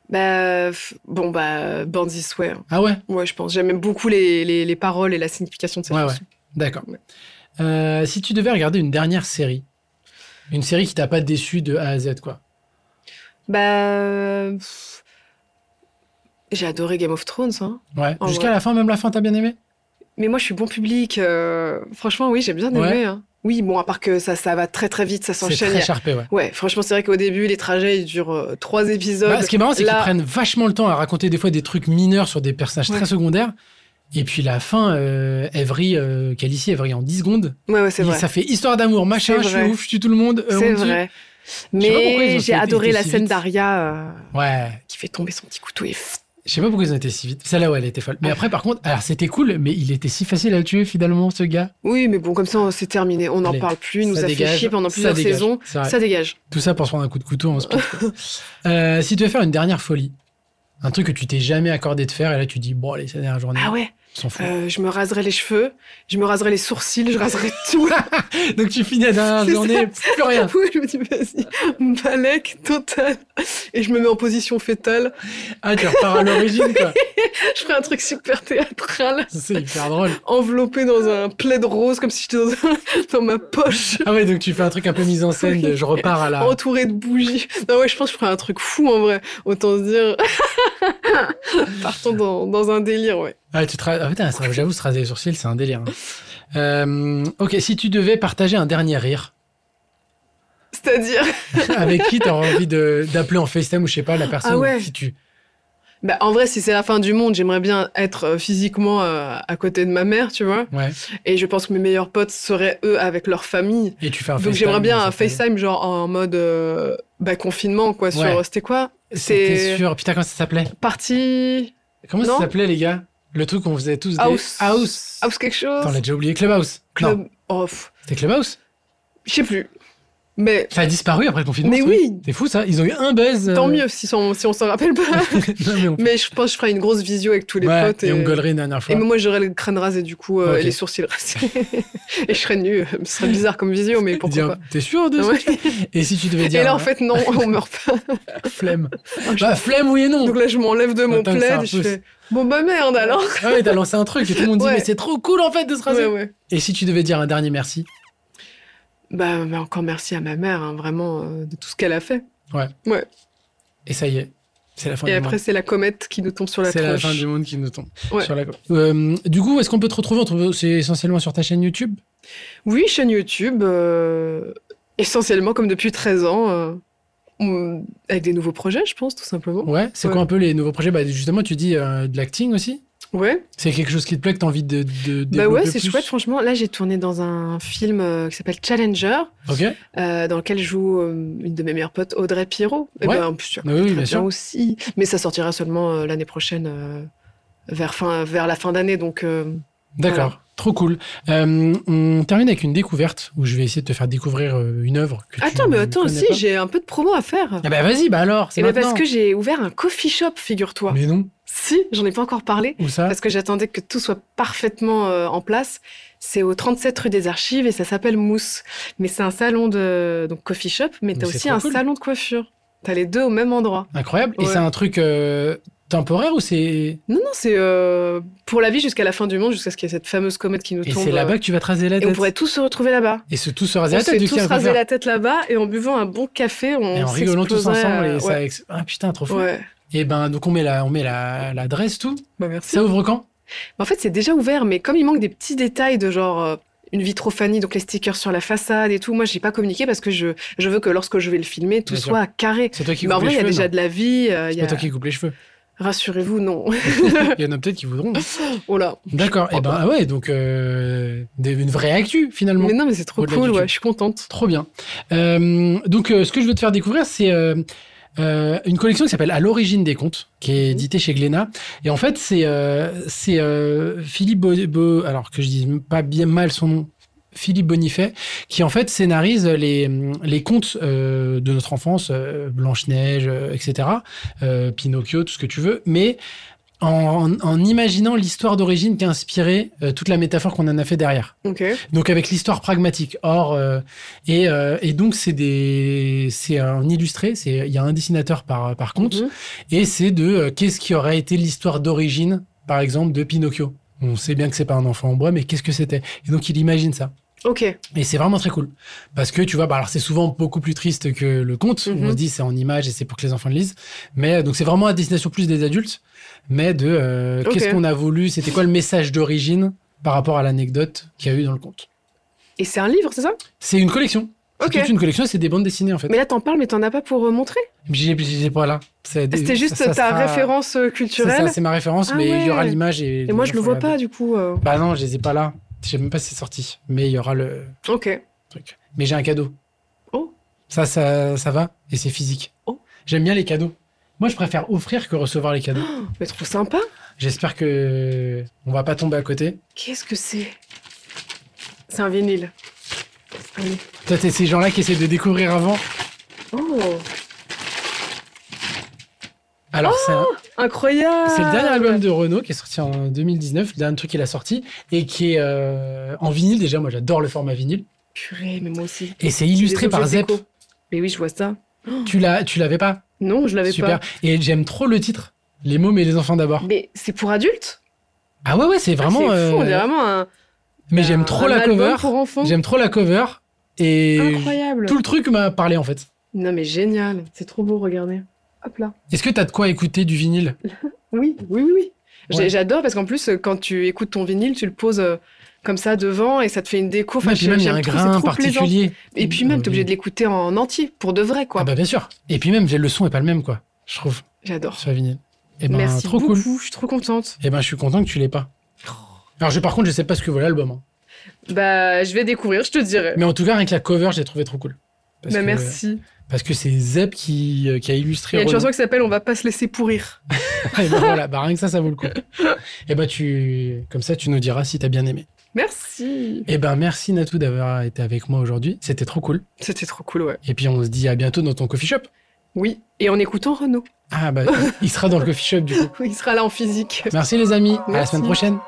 Bah, f- bon, bah, Born This Way, hein.
Ah ouais
Ouais, je pense. J'aime beaucoup les, les, les paroles et la signification de cette
Ouais, ouais.
chanson.
D'accord.
Ouais.
Euh, si tu devais regarder une dernière série, une série qui t'a pas déçu de A à Z, quoi.
Bah. pff, J'ai adoré Game of Thrones, hein.
Ouais.
Oh,
Jusqu'à
ouais.
la fin, même la fin, t'as bien aimé
Mais moi, je suis bon public. euh, franchement, oui, j'ai bien aimé.
Ouais.
hein. Oui, bon, à part que ça, ça va très très vite, ça
C'est
s'enchaîne.
très charpé, ouais.
Ouais, franchement, c'est vrai qu'au début, les trajets, ils durent euh, trois épisodes.
Bah, ce qui est marrant, c'est qu'ils
Là-
prennent vachement le temps à raconter des fois des trucs mineurs sur des personnages
Ouais.
très secondaires. Et puis la fin, euh, Avery, euh, Calici, Avery en 10 secondes.
Ouais, ouais, c'est
Et
vrai.
Ça fait histoire d'amour, machin,
C'est
je suis
vrai.
ouf, je tue tout le monde. euh,
C'est
on me tue.
vrai.
sais pas pourquoi ils ont
Mais
été-
j'ai adoré
été
la
si
scène
vite.
d'Aria euh,
Ouais.
qui fait tomber son petit couteau et pff,
Je sais pas pourquoi ils ont été si vite. Celle-là, ouais, elle était folle. Mais après, par contre, alors c'était cool, mais il était si facile à le tuer finalement, ce gars.
Oui, mais bon, comme ça, c'est terminé. On n'en
Allez,
parle plus. Il nous
Ça
a
dégage,
fait chier pendant
ça
plusieurs
dégage.
saisons.
C'est vrai.
Ça dégage.
Tout ça pour se prendre un coup de couteau en speed. quoi. Euh, si tu devais faire une dernière folie, un truc que tu t'es jamais accordé de faire, et là tu dis, bon, allez, c'est la dernière journée,
Ah ouais.
on s'en fout.
euh, je me raserai les cheveux, je me raserai les sourcils, je raserai tout.
Donc tu finis la dernière
Euh. c'est
journée, plus rien.
oui, je me dis vas-y, balèque total. Et je me mets en position fétale.
Ah, tu repars à l'origine, quoi.
Je ferai un truc super théâtral,
C'est hyper drôle.
enveloppé dans un plaid rose, comme si j'étais dans, un- dans ma poche,
Ah ouais, donc tu fais un truc un peu mise en scène, de, je repars à la.
entouré de bougies. Non, ouais, je pense que je ferai un truc fou en vrai. Autant se dire. Partons dans, dans un délire, ouais.
Ah, tu te ra- ah, putain, ça- j'avoue, se raser les sourcils, c'est un délire. hein. Euh, ok, si tu devais partager un dernier rire,
C'est-à-dire.
avec qui t'aurais envie de- d'appeler en FaceTime ou je sais pas la personne
Ah ouais.
qui tu
Bah, en vrai, si c'est la fin du monde, j'aimerais bien être euh, physiquement euh, à côté de ma mère, tu vois.
Ouais.
Et je pense que mes meilleurs potes seraient eux avec leur famille.
Et tu fais un
Donc j'aimerais
FaceTime,
bien
ça
un
fait-
FaceTime, genre en mode euh, bah, confinement, quoi. Sur
Ouais.
c'était quoi
C'était
C'est
sûr. Putain, comment ça s'appelait
parti
Comment ça
Non
s'appelait, les gars Le truc qu'on faisait tous
House.
des... House.
house quelque chose.
Attends, on l'a déjà oublié. Clubhouse. Non,
Club Oh, off.
c'était Clubhouse
Je sais plus. Mais
Ça a disparu après le confinement.
mais
ce truc.
oui,
C'est fou, ça. Ils ont eu un buzz. euh,
tant mieux si, on- si on s'en rappelle pas.
non, mais on...
mais je pense que je ferai une grosse visio avec tous les
Ouais,
potes.
et on gaulerait une dernière
Et
fois.
moi, j'aurais le crâne rasé, du coup, euh,
Ok.
et les sourcils rasés. et je serais nue. Ce serait bizarre comme visio, mais pourquoi
Dire,
pas.
T'es sûr de ça
Ouais.
Et si tu devais
Et
dire hein.
là, en fait, non, on meurt pas.
euh, flemme. bah flemme oui et non.
Donc là, je m'enlève de mon
Attends que ça
plaid, je
repousse.
fais bon bah merde alors.
Ah ouais, t'as lancé un truc et tout le monde dit
Ouais.
mais c'est trop cool en fait de se raser.
Ouais, ouais.
Et si tu devais dire un dernier merci
Bah, bah, encore merci à ma mère, hein, vraiment, euh, de tout ce qu'elle a fait.
Et ça y est, c'est la fin
Et
du
après, c'est la comète qui nous tombe sur
monde.
la
C'est la
tronche.
fin du monde qui nous tombe.
Ouais.
Sur la... Euh, du coup, où est-ce qu'on peut te retrouver On te- C'est essentiellement sur ta chaîne YouTube.
Oui, chaîne YouTube, euh, essentiellement comme depuis 13 ans, euh, on- avec des nouveaux projets, je pense, tout simplement.
Ouais. C'est
Ouais.
quoi un peu les nouveaux projets Bah justement, tu dis euh, de l'acting aussi.
Ouais.
C'est quelque chose qui te plaît que t'as envie de, de
Bah ouais,
développer
c'est
plus
chouette, franchement. Là, j'ai tourné dans un film euh, qui s'appelle Challenger,
Ok.
euh, dans lequel joue euh, une de mes meilleures potes, Audrey Pirot. Et
Ouais.
ben, en plus, tu
Ah oui, oui, bien
bien
sûr.
aussi. Mais ça sortira seulement euh, l'année prochaine, euh, vers, fin, vers la fin d'année. Donc, euh,
D'accord,
Voilà.
trop cool. Euh, on termine avec une découverte où je vais essayer de te faire découvrir euh, une œuvre. Que tu
attends, mais attends,
connais
si
pas.
j'ai un peu de promo à faire.
Ah bah vas-y, bah alors, c'est
Et
maintenant.
parce que j'ai ouvert un coffee shop, figure-toi.
Mais non,
Si, j'en ai pas encore parlé.
où ça
Parce que j'attendais que tout soit parfaitement euh, en place. C'est au 37 rue des Archives et ça s'appelle Mousse. Mais c'est un salon de donc coffee shop,
Mais
mais, t'as
c'est
aussi
trop
un
cool.
salon de coiffure. T'as les deux au même endroit.
Incroyable. Et
Ouais.
c'est un truc euh, temporaire ou c'est...
Non, non, c'est euh, pour la vie jusqu'à la fin du monde, jusqu'à ce qu'il y ait cette fameuse comète qui nous
Et
tombe.
c'est
euh,
là-bas que tu vas te raser la
Et
tête
on pourrait tous se retrouver là-bas.
Et se tous se raser
On
la tête
s'est
du coup,
tous
on peut
rasé
faire.
la tête là-bas et en buvant un bon café, on
Et en rigolant tous
s'explosait,
ensemble. Et
euh,
ça... ex- Ah putain, trop fou.
ouais. ouais.
Et ben, donc on met la, on met la, l'adresse, tout.
Bah, merci.
Ça ouvre quand
Mais En fait, c'est déjà ouvert, mais comme il manque des petits détails de genre euh, une vitrophanie, donc les stickers sur la façade et tout, moi, j'ai pas communiqué parce que je, je veux que lorsque je vais le filmer, tout
Bien sûr.
soit carré.
C'est toi qui
Mais en
coupes les
vrai, il y a
cheveux,
déjà
non
de la vie. euh,
C'est
il y
pas
a-
toi qui coupes les cheveux.
Rassurez-vous, non.
Il y en a peut-être qui voudront.
oh là.
D'accord. Et ben, ah ouais, donc euh, des- une vraie actu finalement.
Mais non, mais c'est trop
Au-delà
cool,
du
ouais,
tout.
je suis contente.
Trop bien. Euh, donc, euh, ce que je veux te faire découvrir, c'est euh, euh, une collection qui s'appelle À l'origine des contes, qui est éditée chez Glénat. Et en fait, c'est euh, c'est euh, Philippe Bo- Bo- alors que je dis pas bien mal son nom. Philippe Bonifay, qui en fait scénarise les, les contes euh, de notre enfance, euh, Blanche-Neige, euh, etc., euh, Pinocchio, tout ce que tu veux, mais en, en- en imaginant l'histoire d'origine qui a inspiré euh, toute la métaphore qu'on en a fait derrière.
Ok.
Donc avec l'histoire pragmatique. Or euh, et, euh, et donc c'est des c'est un illustré, c'est il y a un dessinateur par par contre
Mhm.
et c'est de euh, qu'est-ce qui aurait été l'histoire d'origine par exemple de Pinocchio. On sait bien que c'est pas un enfant en bois mais qu'est-ce que c'était Et donc il imagine ça.
Ok.
Et c'est vraiment très cool parce que tu vois bah alors c'est souvent beaucoup plus triste que le conte,
Mhm.
on se dit c'est en image et c'est pour que les enfants le lisent mais euh, donc c'est vraiment à destination plus des adultes mais de euh,
Ok.
qu'est-ce qu'on a voulu, c'était quoi le message d'origine par rapport à l'anecdote qu'il y a eu dans le conte.
Et c'est un livre, c'est ça
C'est une collection. C'est
Ok.
toute une collection, c'est des bandes dessinées en fait.
Mais là, t'en parles, mais t'en as pas pour euh, montrer.
J'ai j'ai pas là. C'est des-
C'était juste
ça- ça
ta
sera-
référence euh,
c'est ça,
culturelle.
C'est ma référence,
Ah
mais il y aura
ouais.
l'image et.
et moi, je le vois pas, du coup. euh,
Bah non, je les ai pas là. Je sais même pas si c'est sorti, mais il y aura le
Ok.
truc. Mais j'ai un cadeau.
Oh.
Ça, ça, ça va et c'est physique.
Oh.
J'aime bien les cadeaux. Moi, je préfère offrir que recevoir les cadeaux.
Mais trop sympa.
J'espère que on va pas tomber à côté.
Qu'est-ce que c'est C'est un vinyle. Ah oui.
Toi, t'es ces gens-là qui essaient de découvrir avant.
Oh,
Alors, c'est un-
incroyable
C'est le dernier album de Renaud qui est sorti en 2019, le dernier truc qu'il a sorti, et qui est euh, en vinyle déjà. Moi, j'adore le format vinyle.
Purée, mais moi aussi.
Et c'est illustré
Des
par
objets
Zep.
déco. Mais oui, je vois ça.
Tu l'as, tu l'avais pas
Non, je l'avais
Super.
pas.
Et j'aime trop le titre. Les mômes et les enfants d'abord.
Mais c'est pour adultes
Ah ouais, ouais, c'est vraiment.
C'est fou, on
euh,
est vraiment un.
mais
un-
j'aime trop
un
la
album
cover.
pour enfants.
J'aime trop la cover. Et
Incroyable.
tout le truc m'a parlé en fait.
Non, mais génial. C'est trop beau, regardez. Hop là.
Est-ce que t'as de quoi écouter du vinyle
Oui, oui, oui. oui. J'ai-
Ouais.
J'adore parce qu'en plus, euh, quand tu écoutes ton vinyle, tu le poses euh, comme ça devant et ça te fait une déco. Enfin,
Ouais, puis même, il y a
j'aime
un
trop, c'est
grain
trop plaisant.
particulier. Ah bah,
Et puis même, t'es obligé
Oui.
de l'écouter en entier, pour de vrai, quoi.
Ah bah bien sûr. Et puis même, le son est pas le même quoi. Je trouve
J'adore.
sur la vinyle. Eh ben,
Merci
trop
beaucoup,
cool.
je suis trop contente.
Eh ben, je suis content que tu l'aies pas. Alors, je, par contre, je sais pas ce que vaut l'album. hein.
Bah, je vais découvrir, je te dirai.
Mais en tout cas, rien que la cover, je l'ai trouvé trop cool. Parce
Bah,
que-
merci.
Parce que c'est Zeb qui, euh, qui a illustré.
Il y a une
Ronan.
chanson qui s'appelle On va pas se laisser pourrir.
Eh ben voilà, bah, rien que ça, ça vaut le coup. Et ben tu, comme ça, tu nous diras si t'as bien aimé.
Merci.
Et ben merci Natou d'avoir été avec moi aujourd'hui. C'était trop cool.
C'était trop cool, ouais.
Et puis on se dit à bientôt dans ton coffee shop.
Oui. Et en écoutant Renaud.
Ah bah il sera dans le coffee shop du coup.
Il sera là en physique.
Merci les amis. À la
Merci.
semaine prochaine.